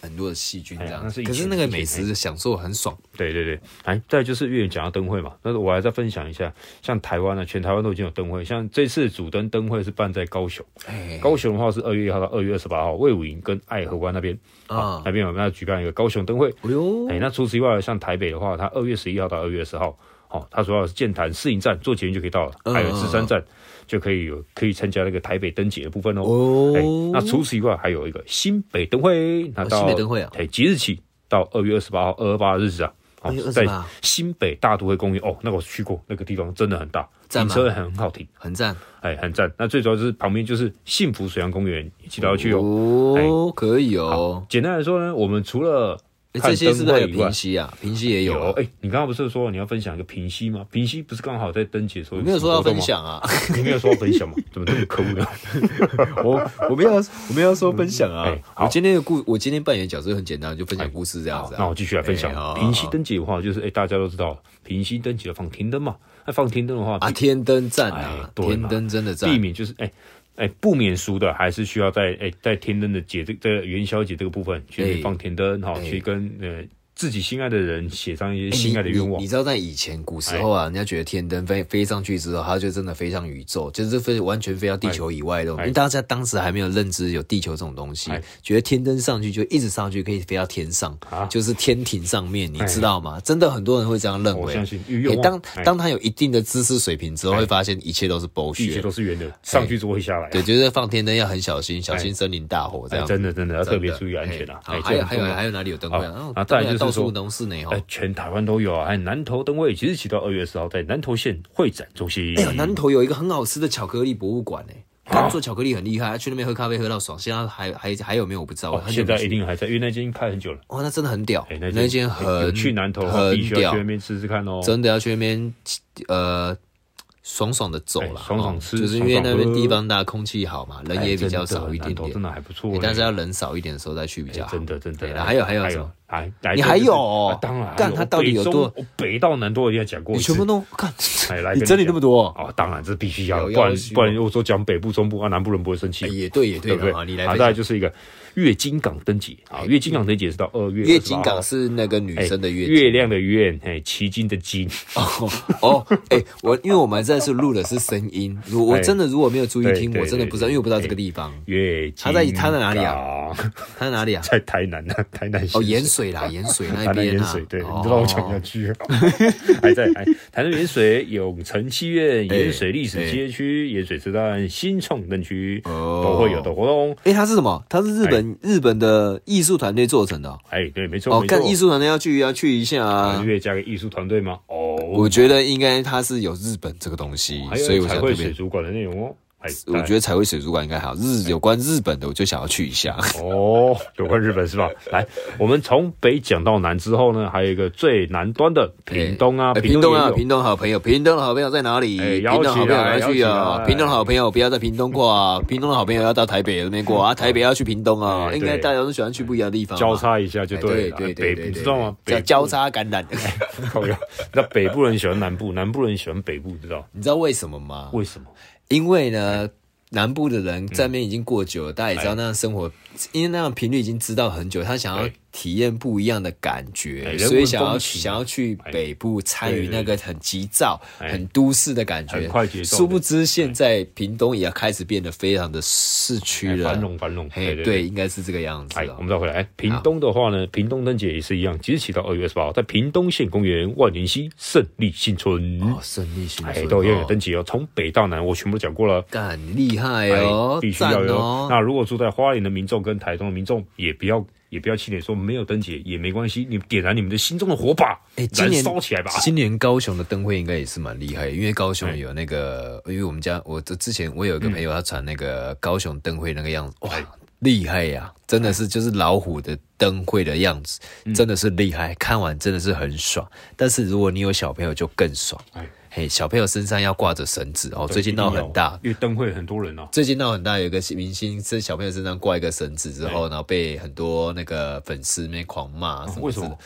很多的细菌这
哎呀
样
那
子。
是以
可
前
是那个
以前
美食享受很爽，
对对对，哎，再就是月讲到灯会嘛，那我还再分享一下，像台湾呢、啊全台湾都已经有灯会，像这次主灯灯会是办在高雄，
哎，
高雄的话是二月一号到二月二十八号，魏武营跟爱河湾那边
啊
啊，那边有那举办一个高雄灯会，
哎呦，
哎，那除此以外，像台北的话，它二月十一号到二月十号，哦，它主要是建潭试营站，坐捷运就可以到了，
嗯
还有芝山站就可以有可以参加那个台北灯节的部分哦。
哦
哎，那除此以外还有一个新北灯会，那到、
哦新北灯会啊
哎，即日起到二月二十八号、二二八日子啊。哦
2月28
在新北大都会公园哦，那个我去过，那个地方真的很大，
赞
停
吗
车也很好停，
很赞
哎，很赞。那最主要就是旁边就是幸福水上公园，一起都要去哦。
哦，可以哦。
简单来说呢，我们除了
欸
看
这些是不
灯
是还
会
有
以外
平，息啊？平息也有
有
啊，
哎、你刚刚不是说你要分享一个平息吗？平息不是刚好在灯节的时候
我
有
没有说要
什
分
么活动吗，
享啊，
你没有说要分 享吗？怎么这么可恶呢？
我 我没有我没有说分享啊
哎。好
我今天的故，我今天扮演角色很简单，就分享故事这样
好
子
那
啊
我。继续来分享
哎好好。
平息灯节的话，就是哎、大家都知道，平息灯节放天灯嘛。那放天灯的话，
啊，天灯赞
哎
啊，
对
天
嘛
灯真的赞
避。免就是哎哎、不免俗的，还是需要在哎、在天灯的节这这个元宵节这个部分
哎
去放天灯哈，
哎
去跟呃自己心爱的人写上一些
哎
心爱的愿
你
望哎
你。知道在以前古时候啊，人家觉得天灯飞飞上去之后，它就真的飞上宇宙，就是飞完全飞到
哎
地球以外的。因为大家当时还没有认知有地球这种东西
哎，
觉得天灯上去就一直上去，可以飞到天上，
啊
就是天庭上面，你知道吗？真的很多人会这样认
哎我
为。
相信欲望
哎当
哎
当他有一定的知识水平之后，会发现一切都是
一切
bullshit。
都是圆的，上去就会下来。
哎
啊
对，就是放天灯要很小心，小心森林大火这
哎，
样。
真的真的要
真的
特别注意安全啊！
哎
哎
好还有
这很
还
重
有
要
还有哪里有灯会啊
好？
哦
啊再来
灯会
就是
到处
说
都是呢，吼
哎，。全台湾都有啊！哎，南投灯会即日起到二月十号，在南投县会展中心。
哎呦，南投有一个很好吃的巧克力博物馆呢、欸
哦
他们做巧克力很厉害，去那边喝咖啡喝到爽。现在还还还有没有我不知道，
哦
很久
现
没
在
去
一定还在，因为那间开很久了。
哇，那真的很屌，
哎，
那间
哎有
很
去南投的话，
很
必须要
屌
去那，边吃吃看哦。
真的要去那边呃爽爽的走啦，
哎爽爽
哦
吃
就是因为
爽爽
那边
喝
地方大，空气好嘛，人
哎
也比
真
较
的
少一点
南投
点，
真的还不错
哎
嘞。
但是要人少一点的时候再去比较好。
真的真的
对，
哎
还有还有
还
什么
有？还来
你
这
还
就是
有哦
啊当然，
干
我
它到底
北
有
中
多
我北到南都一定要讲过一
你
次
全部。弄看
哎 来，
你
跟
整理
讲
那么多
哦，当然这必须要
有
的，
要
不然
求
不然我说讲北部、中部啊，南部人不会生气
哎
嘛。
也对也对
对不对？
了啊，你来
好，
分
再来
享。
就是一个月金港灯节啊，月金港灯节是到二月28
嗯
号。
月经港是那个女生的月经，
哎月亮的月，哎，奇经的 经，
哦哦，哎、我因为我们这次录的是声音，如我
哎
真的如果没有注意
对
听，
对
我真的不知道，
对
因为我不知道这个地方
月经
它在它在哪里啊
港？
它在哪里啊？
在台南呢，台南县
哦，盐水啦，盐水那
台南
边
盐
啊，
水，对，
哦
你知道我讲下 去，还在还台南盐水、永城七院、盐水历史街区、盐水车站新创灯区
哎哦
都会有的活动。
哎、它是什么？它是日本、日本的艺术团队做成的哦。
哎，对，没错，
哦，
没
干艺
错。
术团队要去要去一下
啊
啊！
月加个艺术团队吗？哦，
我觉得应该它是有日本这个东西，
还
所以
有
我
彩
想
绘
特
水
别。
族馆的内容哦。哎，
我觉得彩绘水族馆应该好，日有关日本的我就想要去一下。
哦，有关日本是 吧？来，我们从北讲到南之后呢，还有一个最南端的屏东啊，
哎屏东
也
啊，
有
屏东好朋友，屏东的好朋友在哪里？
哎
屏
邀
东的好朋友
起来
要去
邀起哎
啊！
来
屏东的好朋友不要在屏东过啊！屏东的好朋友要到台北那边过啊！台北要去屏东啊！
嗯哎
应该
对
大家都喜欢去不一样的地方嘛。
交叉一下就
哎
对
对
了。
对
北
对对，
你知道吗？
对
北
叫
部
交叉感染。
靠腰 那北部人喜欢南部，南部人喜欢北部，知道
你知道为什么吗？
为什么？
因为呢，南部的
嗯
人在那边已经过久了，大家
哎
也知道那样生活，因为那样频率已经知道很久，他想要
对
体验不一样的感
哎
觉，
人文
所以想要
风情啊
想要去北部参与那个很急躁、
哎
很都市的感觉
很快节。奏的
殊不知现在屏东也开始变得非常的市区
哎
了，
繁荣繁荣
嘿
对对对
对，应该是这个样子
哎，我
哦。
们再回来。哎屏东的
啊
话呢，屏东灯节也是一样，即日起到二月二十八号，在屏东县公园万年溪胜利新村，
哦，顺利行
哎，
顺
都要有
哦，
灯节哦。从北到南，我全部都讲过了。
干厉害
哎
哦
必，须
赞
要有。
哦，
那如果住在花莲的民众跟台东的民众，也不要也不要气馁，说没有灯节也没关系，你点燃你们的心中的火把，
哎，今
燃
年
烧起来吧。哎
今年高雄的灯会应该也是蛮厉害的，因为高雄有那个，因为我们家我这之前我有一个朋友，他传那个高雄灯会那个样子，哇，厉害呀、真的是
哎
就是老虎的灯会的样子，
嗯
真的是厉害，看完真的是很爽。但是如果你有小朋友就更爽
哎，
嘿，小朋友身上要挂着绳子哦，最近闹很大，
因为灯会很多人哦。
最近闹很大，有一个明星是小朋友身上挂一个绳子之后，
哎
然后被很多那个粉丝那边狂骂什么
哦为
之
什
类
么
啊的。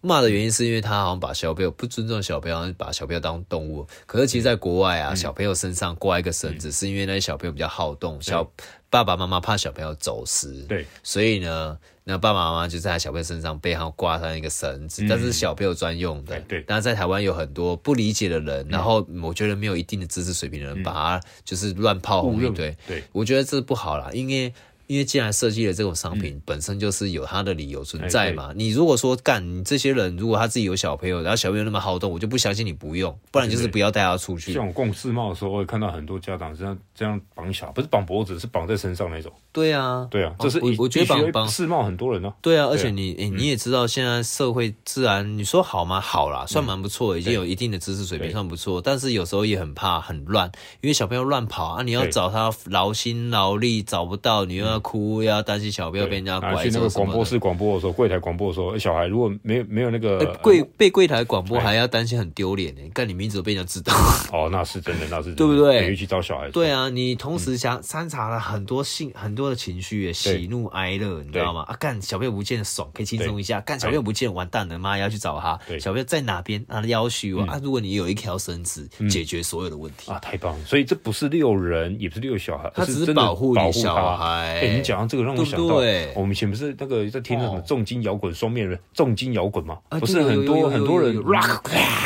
骂的原因是因为他好像把小朋友不尊重小朋友，好像把小朋友当动物。可是其实，在国外
嗯
啊，小朋友身上挂一个绳子，是因为那些小朋友比较好动，小爸爸妈妈怕小朋友走失，
对，
所以呢，那爸爸妈妈就在小朋友身上背上挂上一个绳子，但是小朋友专用的。
嗯哎对对嗯
但是在台湾有很多不理解的人，然后我觉得没有一定的知识水平的人，把它就是乱炮
误
轰一
认
堆。
对
我觉得这不好啦，因为。因为既然设计了这种商品，
嗯
本身就是有它的理由存
哎
在嘛。你如果说干，你这些人如果他自己有小朋友，然后小朋友那么好动，我就不相信你不用，不然就是不要带他出去。
像我逛世贸的时候，我也看到很多家长这样这样绑小，不是绑脖子，是绑在身上那种。
对啊，
对啊，
哦
这是
我
一
我觉得
必须
绑
要
绑
世贸很多人呢。
对啊，而且你、
嗯
诶你也知道，现在社会治安，你说好吗？好啦，算蛮不错，已经有一定的知识水平，
嗯对
算不错。但是有时候也很怕很乱，因为小朋友乱跑啊，你要
对
找他劳心劳力找不到，你又要哭，又要担心小朋友
对
被人家
然后
拐
去那
走
个
什
广播
么的。
室广播的时候，柜台广播的时候，哎小孩如果没有没有那个
诶
呃
哎柜被柜台广播还要担心很丢脸呢，干你名字都被人家知道。
哦，那是真的，那是真的
对不对
尤其找小孩子，
对啊，你同时想掺杂了很多性很多的情绪耶，喜怒哀乐，你知道吗？啊，干小朋友不见爽，可以轻松一下；干小朋友不见，完蛋了，妈要去找他
对。
小朋友在哪边啊？要求我啊！如果你有一条绳子，解决所有的问题。
啊，太棒了！所以这不是遛人，也不是遛小孩，
它
而
只是
真的
保护你
保护
小
他
孩
哎，你讲到这个让我
对不
想到，
对
我们以前不是那个在听那什么
哦
重金摇滚、双面人、重金摇滚嘛，
啊
不
对
是
有
很
有有
多
有
很多人
有有有
rock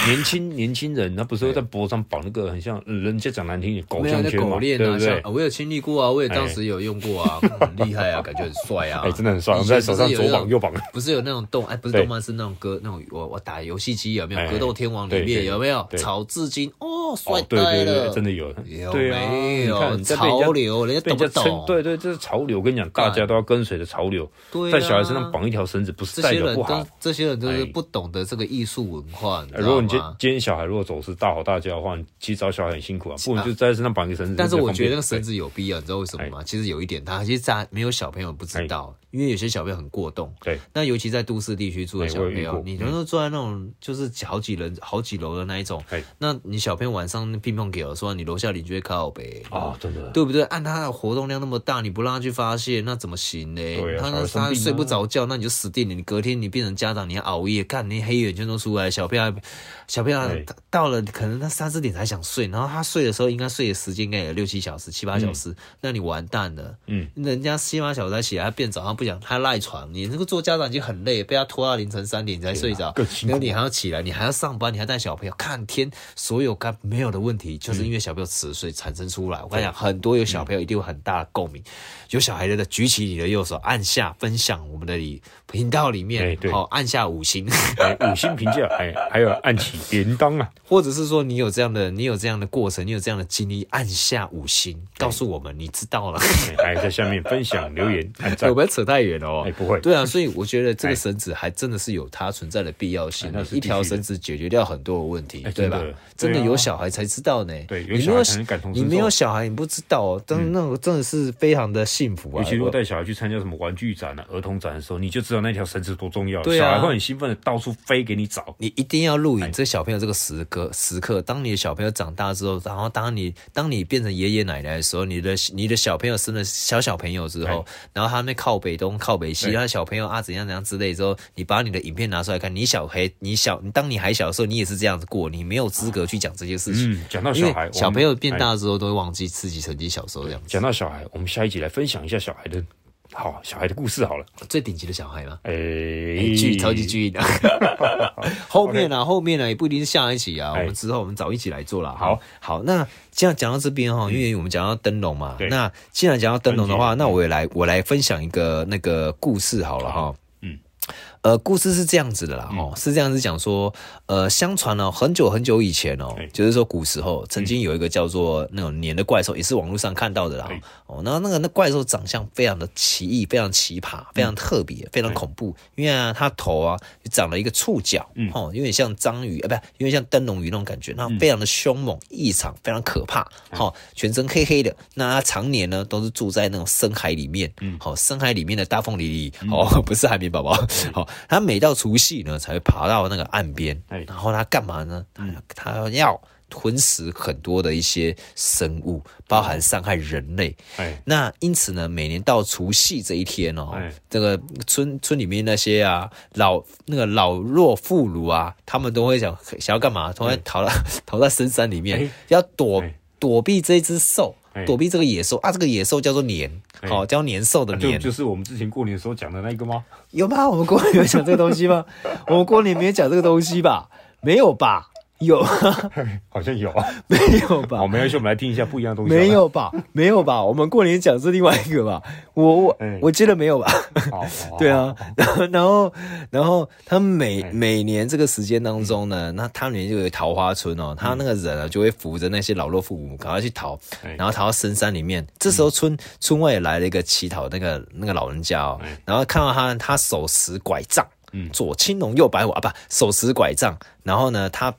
年轻年轻人，他不是会在脖子上绑那个很像嗯人家讲难听点狗
没有
项
那
圈嘛，
狗
对
链
不
啊，像
对哎
啊？我有经历过啊，我也当时有用过啊，很厉害啊，感觉很帅啊，
哎，真的很帅，我
以
们
前
在手上
不是有
左
那种
绑右绑，
不是有那种动哎，不是
对
动漫，是那种歌那种我我打游戏机有没
哎
有？格斗天王里
对对
面有没有
对
草至今哦，帅
哦，对
呆
对对，
了，
真的有，
有
对啊，
没
你看
有
你在被人家
潮流？人家
被
懂
人家
不
称
懂？
对对，这是潮流。我跟你讲，大家都要跟随着潮流，
对啊
在小孩身上绑一条绳子，不是
这
代
些
表
人
不好
都。这些人都是
哎
不懂得这个艺术文化，你
呃
知
如果
道
你今
吗？
今天小孩如果走失大吼大叫的话，你其实找小孩很辛苦啊，不如你就在身上绑一个绳子。
但是
就比较
我觉得那个
方哎
绳
便
子有必要，你知道为什么吗？其实有一点，他其实在没有小朋友不知道，因为有些小朋友很过动。
对，
那尤其在都市地区住的
哎哎
小
我有
朋
遇过
友，你能够坐在那种就是好几人、好几楼的那一种
哎，
那你小朋友晚上乒乓球的时候，你楼下邻居会靠北
对啊，真的，
对不对？按他哦的活动量那么大，你不让他去发泄，那怎么行呢？
对啊
他
小
那
孩生病啊
他睡不着觉，那你就死定了。你隔天你变成家长，你要熬夜，干你黑眼圈都出来。小朋友还，小朋友
对
他到了可能他三四点才想睡，然后他睡的时候应该睡的时间应该有六七小时、七八小时，那你完蛋了。
嗯，
人家七八小时才起来，他变早上不想，他赖床。你这个做家长已经很累，被他拖到凌晨三点你才
啊
睡着
更辛，苦
然后你还要起来，你还要上班，你还带小朋友，看天，所有该没嗯有的问题，就是因为小朋友迟睡产生出来。我跟你讲，很多有小朋友一定有很大的共鸣，有小孩的举起你的右手，按下分享我们的里频道里
哎
面，
对
好、按下五星，
哎，五星评价，哎，还有按起铃铛啊，
或者是说你有这样的你有这样的过程，你有这样的经历，按下五星，告诉我们你知道了。
哎还在下面分享、留言、按赞
我，们扯太远了哦
哎，。不会，哎
对啊，所以我觉得这个绳子还真的是有它存在的必要性
哎那是。必须
一条
的
绳子解决掉很多的问题，
哎
对
真的
吧
对啊？
真的有小孩才知道呢。
对有
你
小
没
孩
有
才能感同身
你
受嗯
没有小孩，你不知道哦，但那个真的是非常的幸福啊
尤。其如果带小孩去参加什么玩具展啊、儿童展的时候，你就知道那条绳子多重要了。
对啊
小孩会很兴奋的到处飞给你找。
你一定要录
哎
影这小朋友这个时刻时刻。当你的小朋友长大之后，然后当你当你变成爷爷奶奶的时候，你的你的小朋友生了小小朋友之后，
哎
然后他们靠北东靠北西，
对
他的小朋友啊怎样怎样之类之后，你把你的影片拿出来看，你小孩你小当你还小的时候，你也是这样子过，你没有资格去讲这些事情。
嗯，讲到
因
小
为
孩，我们哎
小朋友变大之后都会忘记自己曾经小时候这样子，
讲到小孩，我们下一集来分享一下小孩的好小孩的故事好了。哎
最顶级的小孩嘛，
诶、
巨哎超级巨婴啊！ 后面呢、啊，后面呢、也不一定是下一期啊，我们之后我们早一起来做啦。
哎好，嗯
好，那这样讲到这边哈、因为我们讲到灯笼嘛
对，
那既然讲到灯笼的话，
灯节
那我也来我来分享一个那个故事好了哈。
嗯，
呃，故事是这样子的啦，哦、是这样子讲说，呃，相传哦，很久很久以前哦
哎，
就是说古时候曾经有一个叫做那种年的怪兽，也是网络上看到的啦
哎。
哦，然后那个那怪兽长相非常的奇异，非常奇葩，非
嗯
常特别，
哎
非常恐怖，因为啊，它头啊长了一个触角，
嗯
哦，有点像章鱼，啊，不是，有点像灯笼鱼那种感觉，那非常的凶猛异常，非常可怕，
哎
好、全身黑黑的，那它常年呢都是住在那种深海里面，嗯，好、深海里面的大凤梨里，
嗯
哦， 不是海绵宝宝，好、它每到除夕呢才会爬到那个岸边，
哎嗯
然后它干嘛呢？它它要吞食很多的一些生物，包
嗯
含伤害人类，
哎，
那因此呢，每年到除夕这一天哦，
哎
这个村村里面那些啊老那个老弱妇孺啊，他们都会想想要干嘛？都会逃到、 逃到深山里面，
哎
要躲、
哎
躲避这只兽
哎，
躲避这个野兽啊。这个野兽叫做年，
哎
好、叫年兽的
啊、就
年。
就是我们之前过年的时候讲的那个吗？
有吗？我们过年有讲这个东西吗？ 我们过年没有讲这个东西吧？没有吧？有 吗？
好 像有啊。
没有吧
好，？没关系，我们来听一下不一样的东西。
没，有吧？没有吧？我们过年讲是另外一个吧？我我
哎
我记得没有吧？
好，好
对，啊，然后然后然后他每
哎
每年这个时间当中呢，那他们就有桃花村哦，他那个人啊就会扶着那些老弱妇孺赶快去逃
哎，
然后逃到深山里面。这时候村村外也来了一个乞讨那个那个老人家哦
哎，
然后看到他他手持拐杖
嗯，
左青龙右白虎啊，不手持拐杖，然后呢他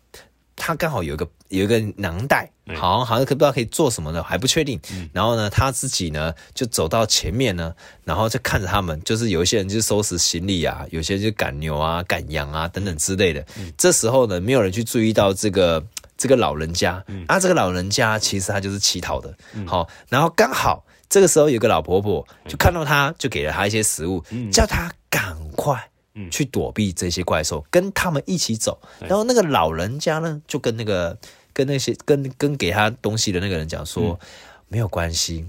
他刚好有一个有一个囊袋。
哎嗯
好像好像可不知道可以做什么呢，还不确定。然后呢，他自己呢就走到前面呢，然后就看着他们，就是有一些人就收拾行李啊，有些人就赶牛啊、赶羊啊等等之类的。
嗯
这时候呢，没有人去注意到这个这个老人家、啊，这个老人家其实他就是乞讨的。好、然后刚好这个时候有个老婆婆就看到他，就给了他一些食物，叫他赶快。去躲避这些怪兽，跟他们一起走。然后那个老人家呢，就跟那个跟那些跟跟给他东西的那个人讲说，没有关系，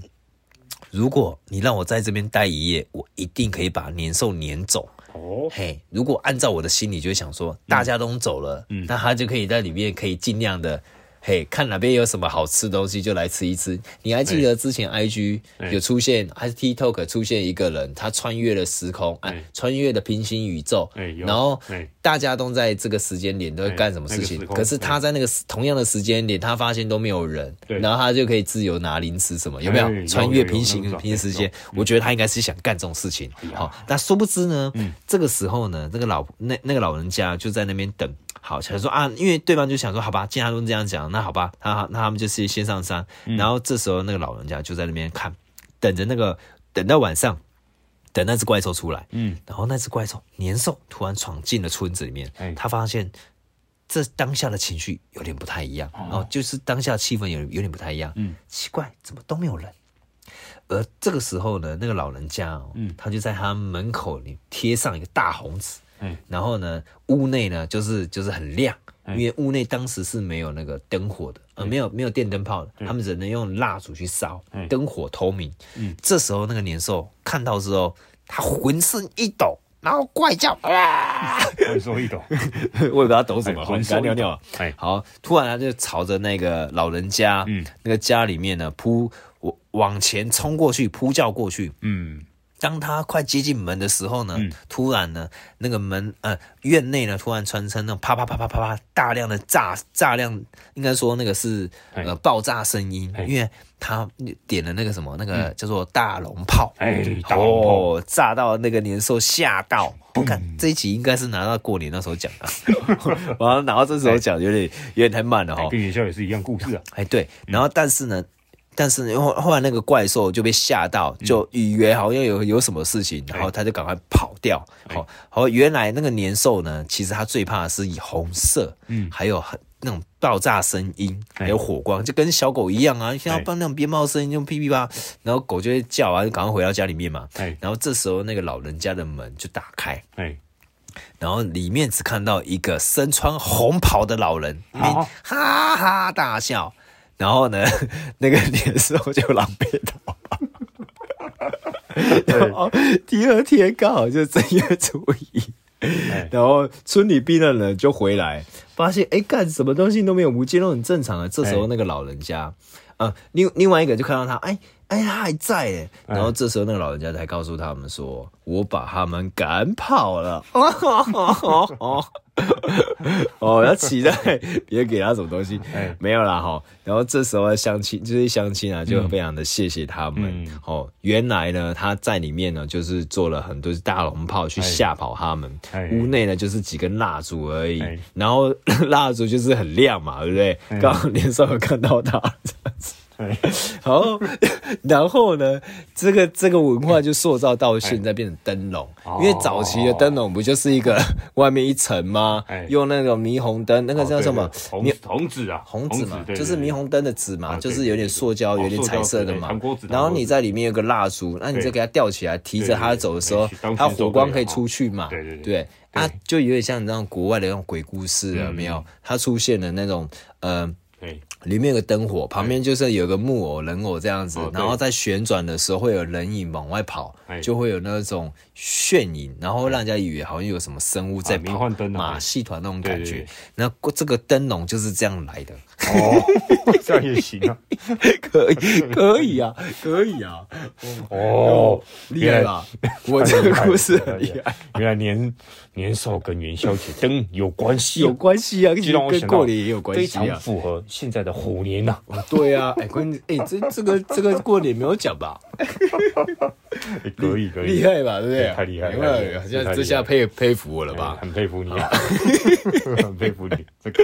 如果你让我在这边待一夜，我一定可以把年兽撵走。
哦，
嘿，如果按照我的心理，就会想说，大家都走了，那他就可以在里面可以尽量的，嘿，看哪边有什么好吃的东西就来吃一吃。你还记得之前 IG 有出现，还是 TikTok 出现一个人，他穿越了时空，哎、
哎
穿越了平行宇宙，
哎有
然后
哎
大家都在这个时间点都在干什么事情
哎那个时？空
可是他在那个时同样的时间点，他发现都没有人，
对
然后他就可以自由拿零吃什么，有没有？
哎有
穿
有
越
有
平
那
行
个照
平行时
有
间，我觉得他应该是想干这种事情。好、那殊不知呢，这个时候呢，那个老那那个老人家就在那边等。好，想说啊，因为对方就想说，好吧，既然他都这样讲，那好吧，他那他们就是先上山。然后这时候那个老人家就在那边看，等着那个等到晚上，等那只怪兽出来。
嗯，
然后那只怪兽年兽突然闯进了村子里面
哎，
他发现这当下的情绪有点不太一样，哦，就是当下气氛有有点不太一样，嗯，奇怪，怎么都没有人。而这个时候呢，那个老人家、哦，嗯，他就在他门口里贴上一个大红纸，
嗯，
然后呢，屋内呢就是就是很亮，因为屋内当时是没有那个灯火的，呃，没有没有电灯泡的，他们只能用蜡烛去烧，灯火通明。哎嗯，这时候那个年兽看到之后，他浑身一抖，然后怪 叫啊，
我也说 一懂。
我也不知道抖什
哎
么，
浑
浑
身
身
一
尿
抖
尿。
哎
好，突然他就朝着那个老人家，
嗯
那个家里面呢扑我。往前冲过去，扑叫过去。
嗯，
当他快接近门的时候呢，
嗯
突然呢，那个门呃院内呢，突然传出那种啪啪啪啪啪啪大量的炸炸量，应该说那个是
哎
呃爆炸声音
哎，嗯
因为他点了那个什么那个叫做大龙炮，
哎大龙炮嗯
哦，炸到那个年兽吓到。我看这一集应该是拿到过年那时候讲的， 然后拿到这时候讲有点有点太慢了哈
海。滨元宵也是一样故事啊。
哎，对，然后但是呢，但是呢后后来那个怪兽就被吓到，就以为好像有有什么事情，然后他就赶快跑掉。好、好、原来那个年兽呢，其实他最怕的是以红色，
嗯
还有很那种爆炸声音，
哎
还有火光，就跟小狗一样啊，像放那种鞭炮声音，就噼噼啪，然后狗就会叫啊，就赶快回到家里面嘛。
哎
然后这时候那个老人家的门就打开，
哎，
然后里面只看到一个身穿红袍的老人，
啊
哈哈大笑。然后呢， 那个年兽就狼狈逃跑。
哎
然后第二天刚好就正月初一，
哎
然后村里避难的人就回来，发现哎干什么东西都没有，无间都很正常啊。这时候
哎
那个老人家，呃，另另外一个就看到他，哎哎他还在哎，然后这时候那个老人家才告诉他们说，我把他们赶跑 了。哦哦哦哦，要期待别给他什么东西
哎，
没有啦哈。然后这时候相亲就是相亲啊，就非常的谢谢他们
嗯。
哦，原来呢他在里面呢就是做了很多大龙炮去吓跑他们
哎，
屋内呢就是几根蜡烛而已
哎，
然后 蜡烛就是很亮嘛，对不
哎
对？刚好年少有看到 他。
哎
然后，然后呢？这个这个文化就塑造到现在变成灯笼，
哎哦
因为早期的灯笼不就是一个 外面一层吗
哎？
用那种霓虹灯，那个叫什么
哦？对
霓
对红红纸啊，
红
纸
纸嘛，
对
就是霓。虹灯的纸嘛，
啊
就
对
是有点塑胶、
对
有
对
点彩色的
哦塑胶对对
嘛
糖果纸。
然后
糖果纸
你在里面有个蜡烛，那你就
对
给它吊起来，提着它走的时候
对对对，对
它
当时
火光
都
可
可
以
以
出去嘛。
对对对嗯
对，啊，就有点像你那种国外的那种鬼故事啊了，有没有？它出现了那种呃。
对对
里面有个灯火，旁边就是有个木偶、人偶这样子，
哦对
然后在旋转的时候会有人影往外跑，
哎
就会有那种炫影，然后会让人家以为好像有什么生物在
啊
跑，
迷幻灯啊
马戏团那种感
对
觉
对对。
那这个灯笼就是这样来的，
哎哦， 这样 也行啊。
可以，可以啊，可以啊，
哦，
厉害吧？我这个故事很厉害，
原来年年兽跟元宵节灯有关系
有
哦，
关系啊，
就让我
跟
想到
过年也有关
非
系
常
啊。
符合现在的虎年呐。
哦对啊，哎，关哎，这这个这个过年没有讲吧？
哎可以可以，
厉害吧，对不对？
对太厉害了
有没有
太厉害了
好像
太厉害
这下
了
佩佩服我了
哎
吧？
很佩服你啊， 很佩服你。这个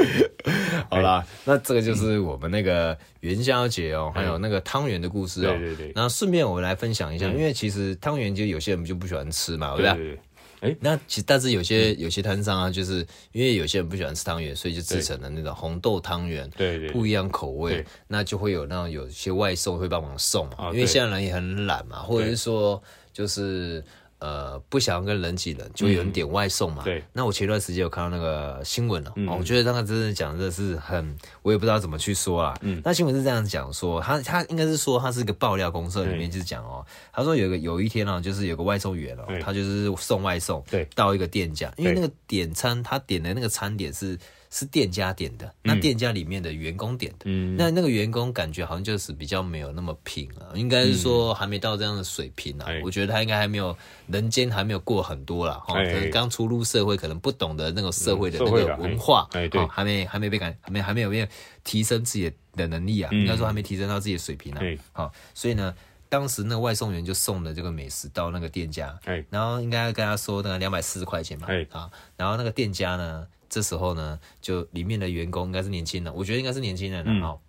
好啦，那这个就是我们那个元宵节哦，还有那个汤圆的故事哦。
对对对
那顺便我来分享一下，因为其实汤圆就有些人就不喜欢吃嘛，对不
对
对？
对哎
那其但是有些
嗯
有些摊商啊，就是因为有些人不喜欢吃汤圆，所以就制成了那种红豆汤圆，
对对对
不一样口味
对，
那就会有那种有些外送会帮忙送嘛，
啊
因为
对
现在人也很懒嘛，或者是说就是。呃，不想要跟人挤人，就有人点外送嘛。
对嗯
那我前段时间有看到那个新闻了、哦，我觉得那个真的讲的是很，我也不知道怎么去说啦。嗯，那新闻是这样讲说，他他应该是说他是一个爆料公社里面就是讲哦，他说有个有一天啊，就是有个外送员哦，
对
他就是送外送，
对
到一个店家，因为那
对
个点餐他点的那个餐点是是店家点的，那店家里面的员工点的，
嗯
那那个员工感觉好像就是比较没有那么拼啊，应该是说还没到这样的水平啊，
嗯哎
我觉得他应该还没有人间还没有过很多啦，哈，
哎
可能刚出入社会，可能不懂得那个社会的
嗯
那
社会
个
啦
文化，
哎哎对
哦还没还没被感还没还没有没有提升自己的能力啊，
嗯
应该说还没提升到自己的水平啊
哎，
好，所以呢。当时那个外送员就送了这个美食到那个店家，
哎
然后应该跟他说那个两百四十块钱嘛，
哎
啊，然后那个店家呢，这时候呢，就里面的员工应该是年轻人，我觉得应该是年轻人
嗯
了、哦。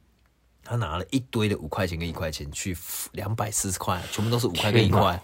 他拿了一堆的五块钱跟一块钱去两百四十块，啊全部都是五块跟一块，啊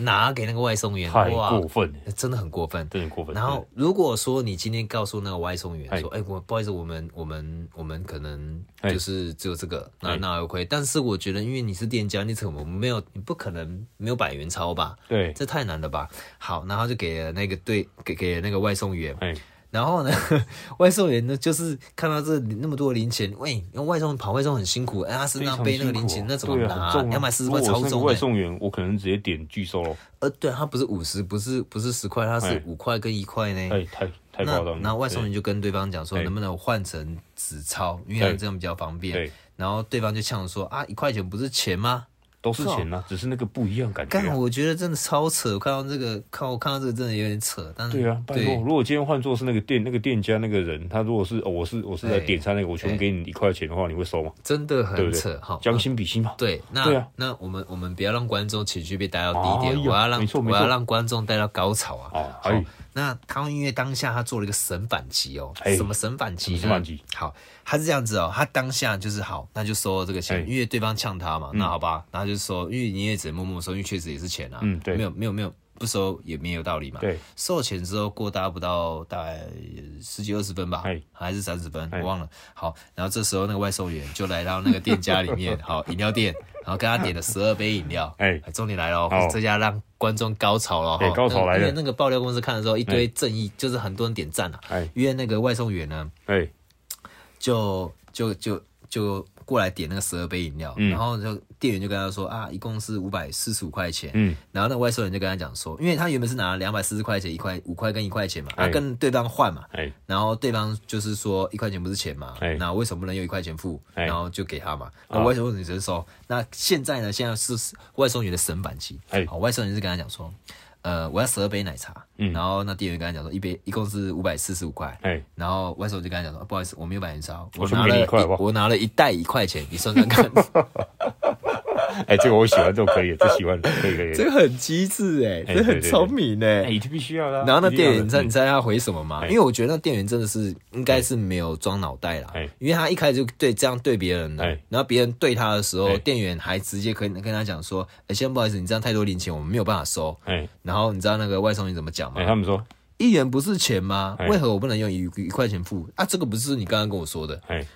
拿给那个外送员，
太
哇
过，分了，
真的很过分。
真的过分。
然后，如果说你今天告诉那个外送员
哎
说：“哎、我不好意思，我们我们我们可能
哎
就是只有这个，那
哎
那 OK。但是我觉得，因为你是店家，你怎么没有？你不可能没有百元钞吧？
对，
这太难了吧？好，然后就给了那个对给给了那个外送员，
哎，
然后呢， 外送员呢就是看到这那么多零钱，喂，因为外送跑外送很辛苦，哎，他身上背那个零钱，那怎么拿？两百四十块超
啊重
重
外
的、
送员，我可能直接点拒收喽。
呃，对，他不是五十，不是不是十块，他是
哎
五块跟一块呢。
哎，太太夸
那
张了。哎
那外送员就跟对方讲说，
对
能不能换成纸钞，因为
对
这样比较方便
对。
然后对方就呛说啊，一块钱不是钱吗？
都是钱啊，只是那个不一样感觉、
干，
啊。
我觉得真的超扯，我看到这个，看我看到这个真的有点扯，但是
对啊，拜托，
对
如果今天换做是那个店那个店家那个人，他如果是、哦、我是我是来
哎
点餐那个，我全部给你一块钱的话，你会收吗？
真的
对
很
不对
扯，好，？
将心比心嘛。
哦对，那
对啊
那我们我们不要让观众情绪被带到低
哎
点，
呦
我要让
没错没
我
错
要让观众带到高潮啊！
哦
好
哎，
那他因为当下他做了一个神反击哦
哎，
什么神反击呢？
什么神反击
好，他是这样子哦，他当下就是好，那就收了这个
哎嗯
钱，因为对方呛他嘛，那好吧，那就收，因为你也只能默默收，因为确实也是钱啊，
嗯对
没有没有没有不收也没有道理嘛，
对，
收了钱之后过大概不到大概十几二十分吧
哎，
还是三十分，
哎
我忘了。好，然后这时候那个外送员就来到那个店家里面，好饮料店，然后跟他点了十二杯饮 料。
哎
重点来了
好
哦，这下让观众高潮了
哎
哈，
高潮来了
因为那个爆料公司看的时候，一堆正义就是很多人点赞啊，
哎
因为那个外送员呢，
哎
就就就就过来点那个十二杯饮料，
嗯
然后就店员就跟他说啊，一共是五百四十五块钱，
嗯，
然后那个外送员就跟他讲说，因为他原本是拿两百四十块钱一块五块跟一块钱嘛，
哎
他跟对方换嘛，
哎
然后对方就是说一块钱不是钱嘛
哎，
那为什么不能用一块钱付？
哎
然后就给他嘛。
啊
那外送员只是收。那现在呢？现在是外送员的神反期
哎。
好，外送员是跟他讲说，呃，我要十二杯奶茶。
嗯
然后那店员跟他讲说，一杯一共是五百四十五块。
哎，
然后外送员就跟他讲说，不好意思，我没有百元钞，
我
我
全部
拿
给你
了
一块好不好
我拿了一袋一块钱，你算算 看，
哎，这个我喜欢，这个可以，这喜欢，可以可以。
这个很机智哎，
哎
这
对
很
对对
聪明哎
哎，。必须要的啊。
然后那
一定
店
要的
员，你知道你
嗯
知道他回什么吗？
哎
因为我觉得那店员真的是应该是没有装脑袋啦
哎，
因为他一开始就对这样对别人了
哎，
然后别人对他的时候
哎，
店员还直接可以跟他讲说：“哎，先生不好意思，你这样太多零钱，我们没有办法收。
哎”
然后你知道那个外送员怎么讲
哎，
吗？
他们说，
一元不是钱吗
哎？
为何我不能用一一块钱付啊？这个不是你刚刚跟我说的。
哎，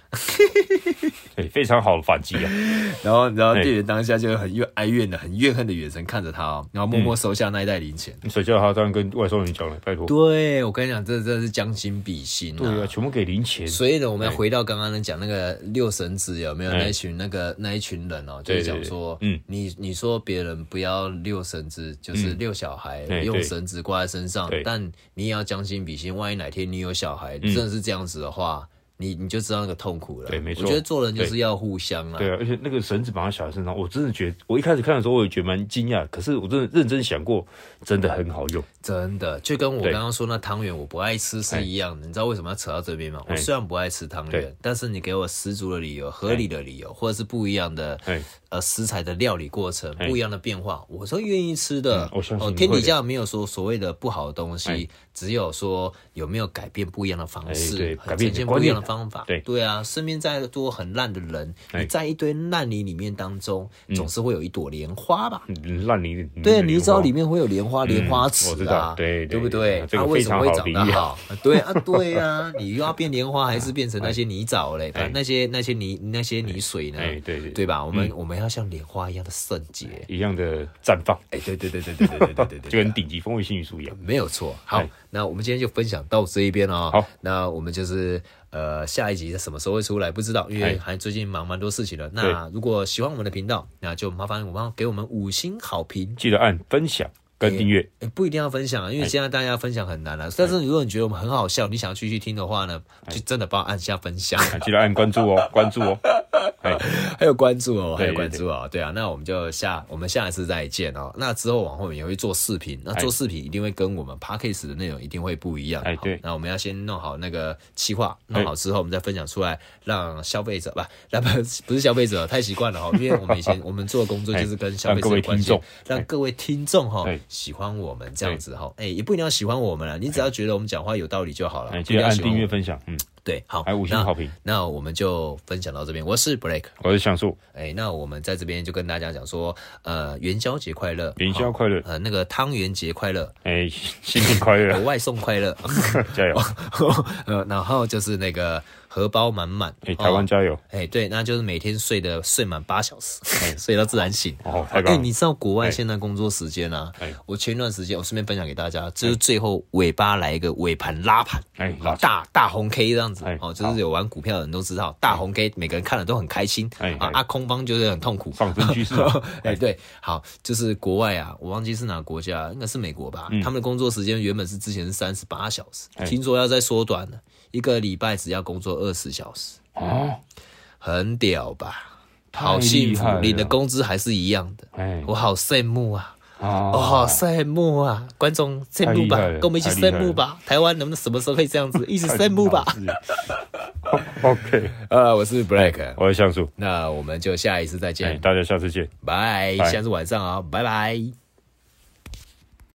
哎，非常好的反击啊！
然后你知道
哎
店员当下就很怨哀怨的、很怨恨的眼神看着他哦，然后默默收下那一袋零钱。
你嗯谁叫他这样跟外送员讲了？拜托，
对，我啊跟你讲，这真的是将心比心
对啊，全部给零钱。
所以呢，我们要回到刚刚讲那个六神子有没有
哎
那一群那个那一群人哦，就
对
是讲说，
对对嗯，
你你说别人不要六神子，就是六小孩
哎
用
对
绳子挂在身上
对，嗯
但你也要将心比心，万一哪天你有小孩，真的是这样子的话，你你就知道那个痛苦了。
对没错
我觉得做人就是要互相啦。
对啊，而且那个绳子绑在小孩身上，我真的觉得，我一开始看的时候，我也觉得蛮惊讶。可是我真的认真想过，真的很好用。
真的，就跟我
对
刚刚说那汤圆我不爱吃是一样的。你知道为什么要扯到这边吗？
哎
我虽然不爱吃汤圆
对，
但是你给我十足的理由、合理的理由，或者是不一样的
哎
呃食材的料理过程、
哎
不一样的变化，我都愿意吃的
嗯。我相信
哦，
你
天
会
底
的
下没有说所谓的不好的东西
哎，
只有说有没有改变不一样的方式，
哎对
呈
改变你的
现
观
不一样
念
的方法。
对
啊，身边再多很烂的人，
哎
你在一堆烂泥里面当中，总是会有一朵莲花吧。
嗯烂泥，
对，
泥
你只要里
面
面会有莲花，莲花
嗯我
池
知
啊
道，
对
对对
不对？
这
它
个
为
非
什么
常
会
好的
长
比
得
喻啊
好？啊对啊，对 啊，你又要变莲花，还是变成那些泥沼嘞？反正那些那些泥那些泥水呢？
哎对对
对吧？我们我们要像莲花一样的圣洁。
一样的绽放，
哎，对对对对对对对对对对，
就跟顶级风味新语书一样。
没有错。好
哎，
那我们今天就分享到这一边了哦。
好，
那我们就是呃下一集什么时候会出来不知道，因为
哎
还最近忙蛮多事情的。那如果喜欢我们的频道，那就麻烦我们给我们五星好评。
记得按分享跟订阅，
欸不一定要分享啊，因为现在大家分享很难了、但是如果你觉得我们很好笑，你想要继续听的话呢，就真的帮我按下分享，
啊记得按关注哦，关注哦。哎，
还有关注哦，还
对
有关注哦。对啊，那我们就下我们下一次再见哦。那之后往后也会做视频，那做视频一定会跟我们 p a c k a g e 的内容一定会不一样。
哎
好
对
那我们要先弄好那个企划，弄好之后我们再分享出来，让 消费者吧，那不不是消费者，太习惯了哈、哦，因为我们以 前我们做的工作就是跟消费者有关系
哎让各位听
让
众，
各位听众哈、
哎
喜欢我们这样子哈、哎、也不一定要喜欢我们了，你只要觉得我们讲话有道理就好了，
哎，
不
记
一定
得
要
按
啊喜欢
订
我
阅
们。
分享，嗯，
对，好，
还有五星
那
好评。
那我们就分享到这边，我是 Blake，
我是享受，
哎、那我们在这边就跟大家讲说，呃，元宵节快乐，
元宵
好
快乐，
呃，那个汤圆节快乐，
哎，新年快
呃
乐，
外送快 乐，
加油，
呃，然后就是那个荷包满满，
哎，台湾
哦
加油，
哎、对，那就是每天睡的睡满八小时， 睡到自然醒。
哎哦，
哎、
太棒了
你，知道国外
哎
现在工作时间啊？
哎
我前段时间我顺便分享给大家，就是最后尾巴来一个尾盘拉盘，
哎，
好
拉起，
大大红 K 这样子
哎
哦，就是有玩股票的人都知道，大红 K 每个人看了都很开心
哎
啊
哎，
啊空方就是很痛苦。
上升趋势啊，
哎，对，好，就是国外啊，我忘记是哪个国家，应该是美国吧。他们的工作时间原本是之前是三十八小时，
嗯哎
听说要再缩短了，一个礼拜只要工作二十小时，
哦，
很屌吧？好幸福
太厉害，了
领的工资还是一样的，
哎，
我好羡慕啊！
啊
哦，好羡慕啊！观众羡慕吧，
太厉害了
跟我们一起羡慕吧！台湾能不能什么时候可以这样子，一起羡慕 吧？
哦 OK，
呃，我是 Black，
我是像素，
那我们就下一次再
哎，
见，
大家下次见。
拜
拜，
下次晚上啊，拜拜。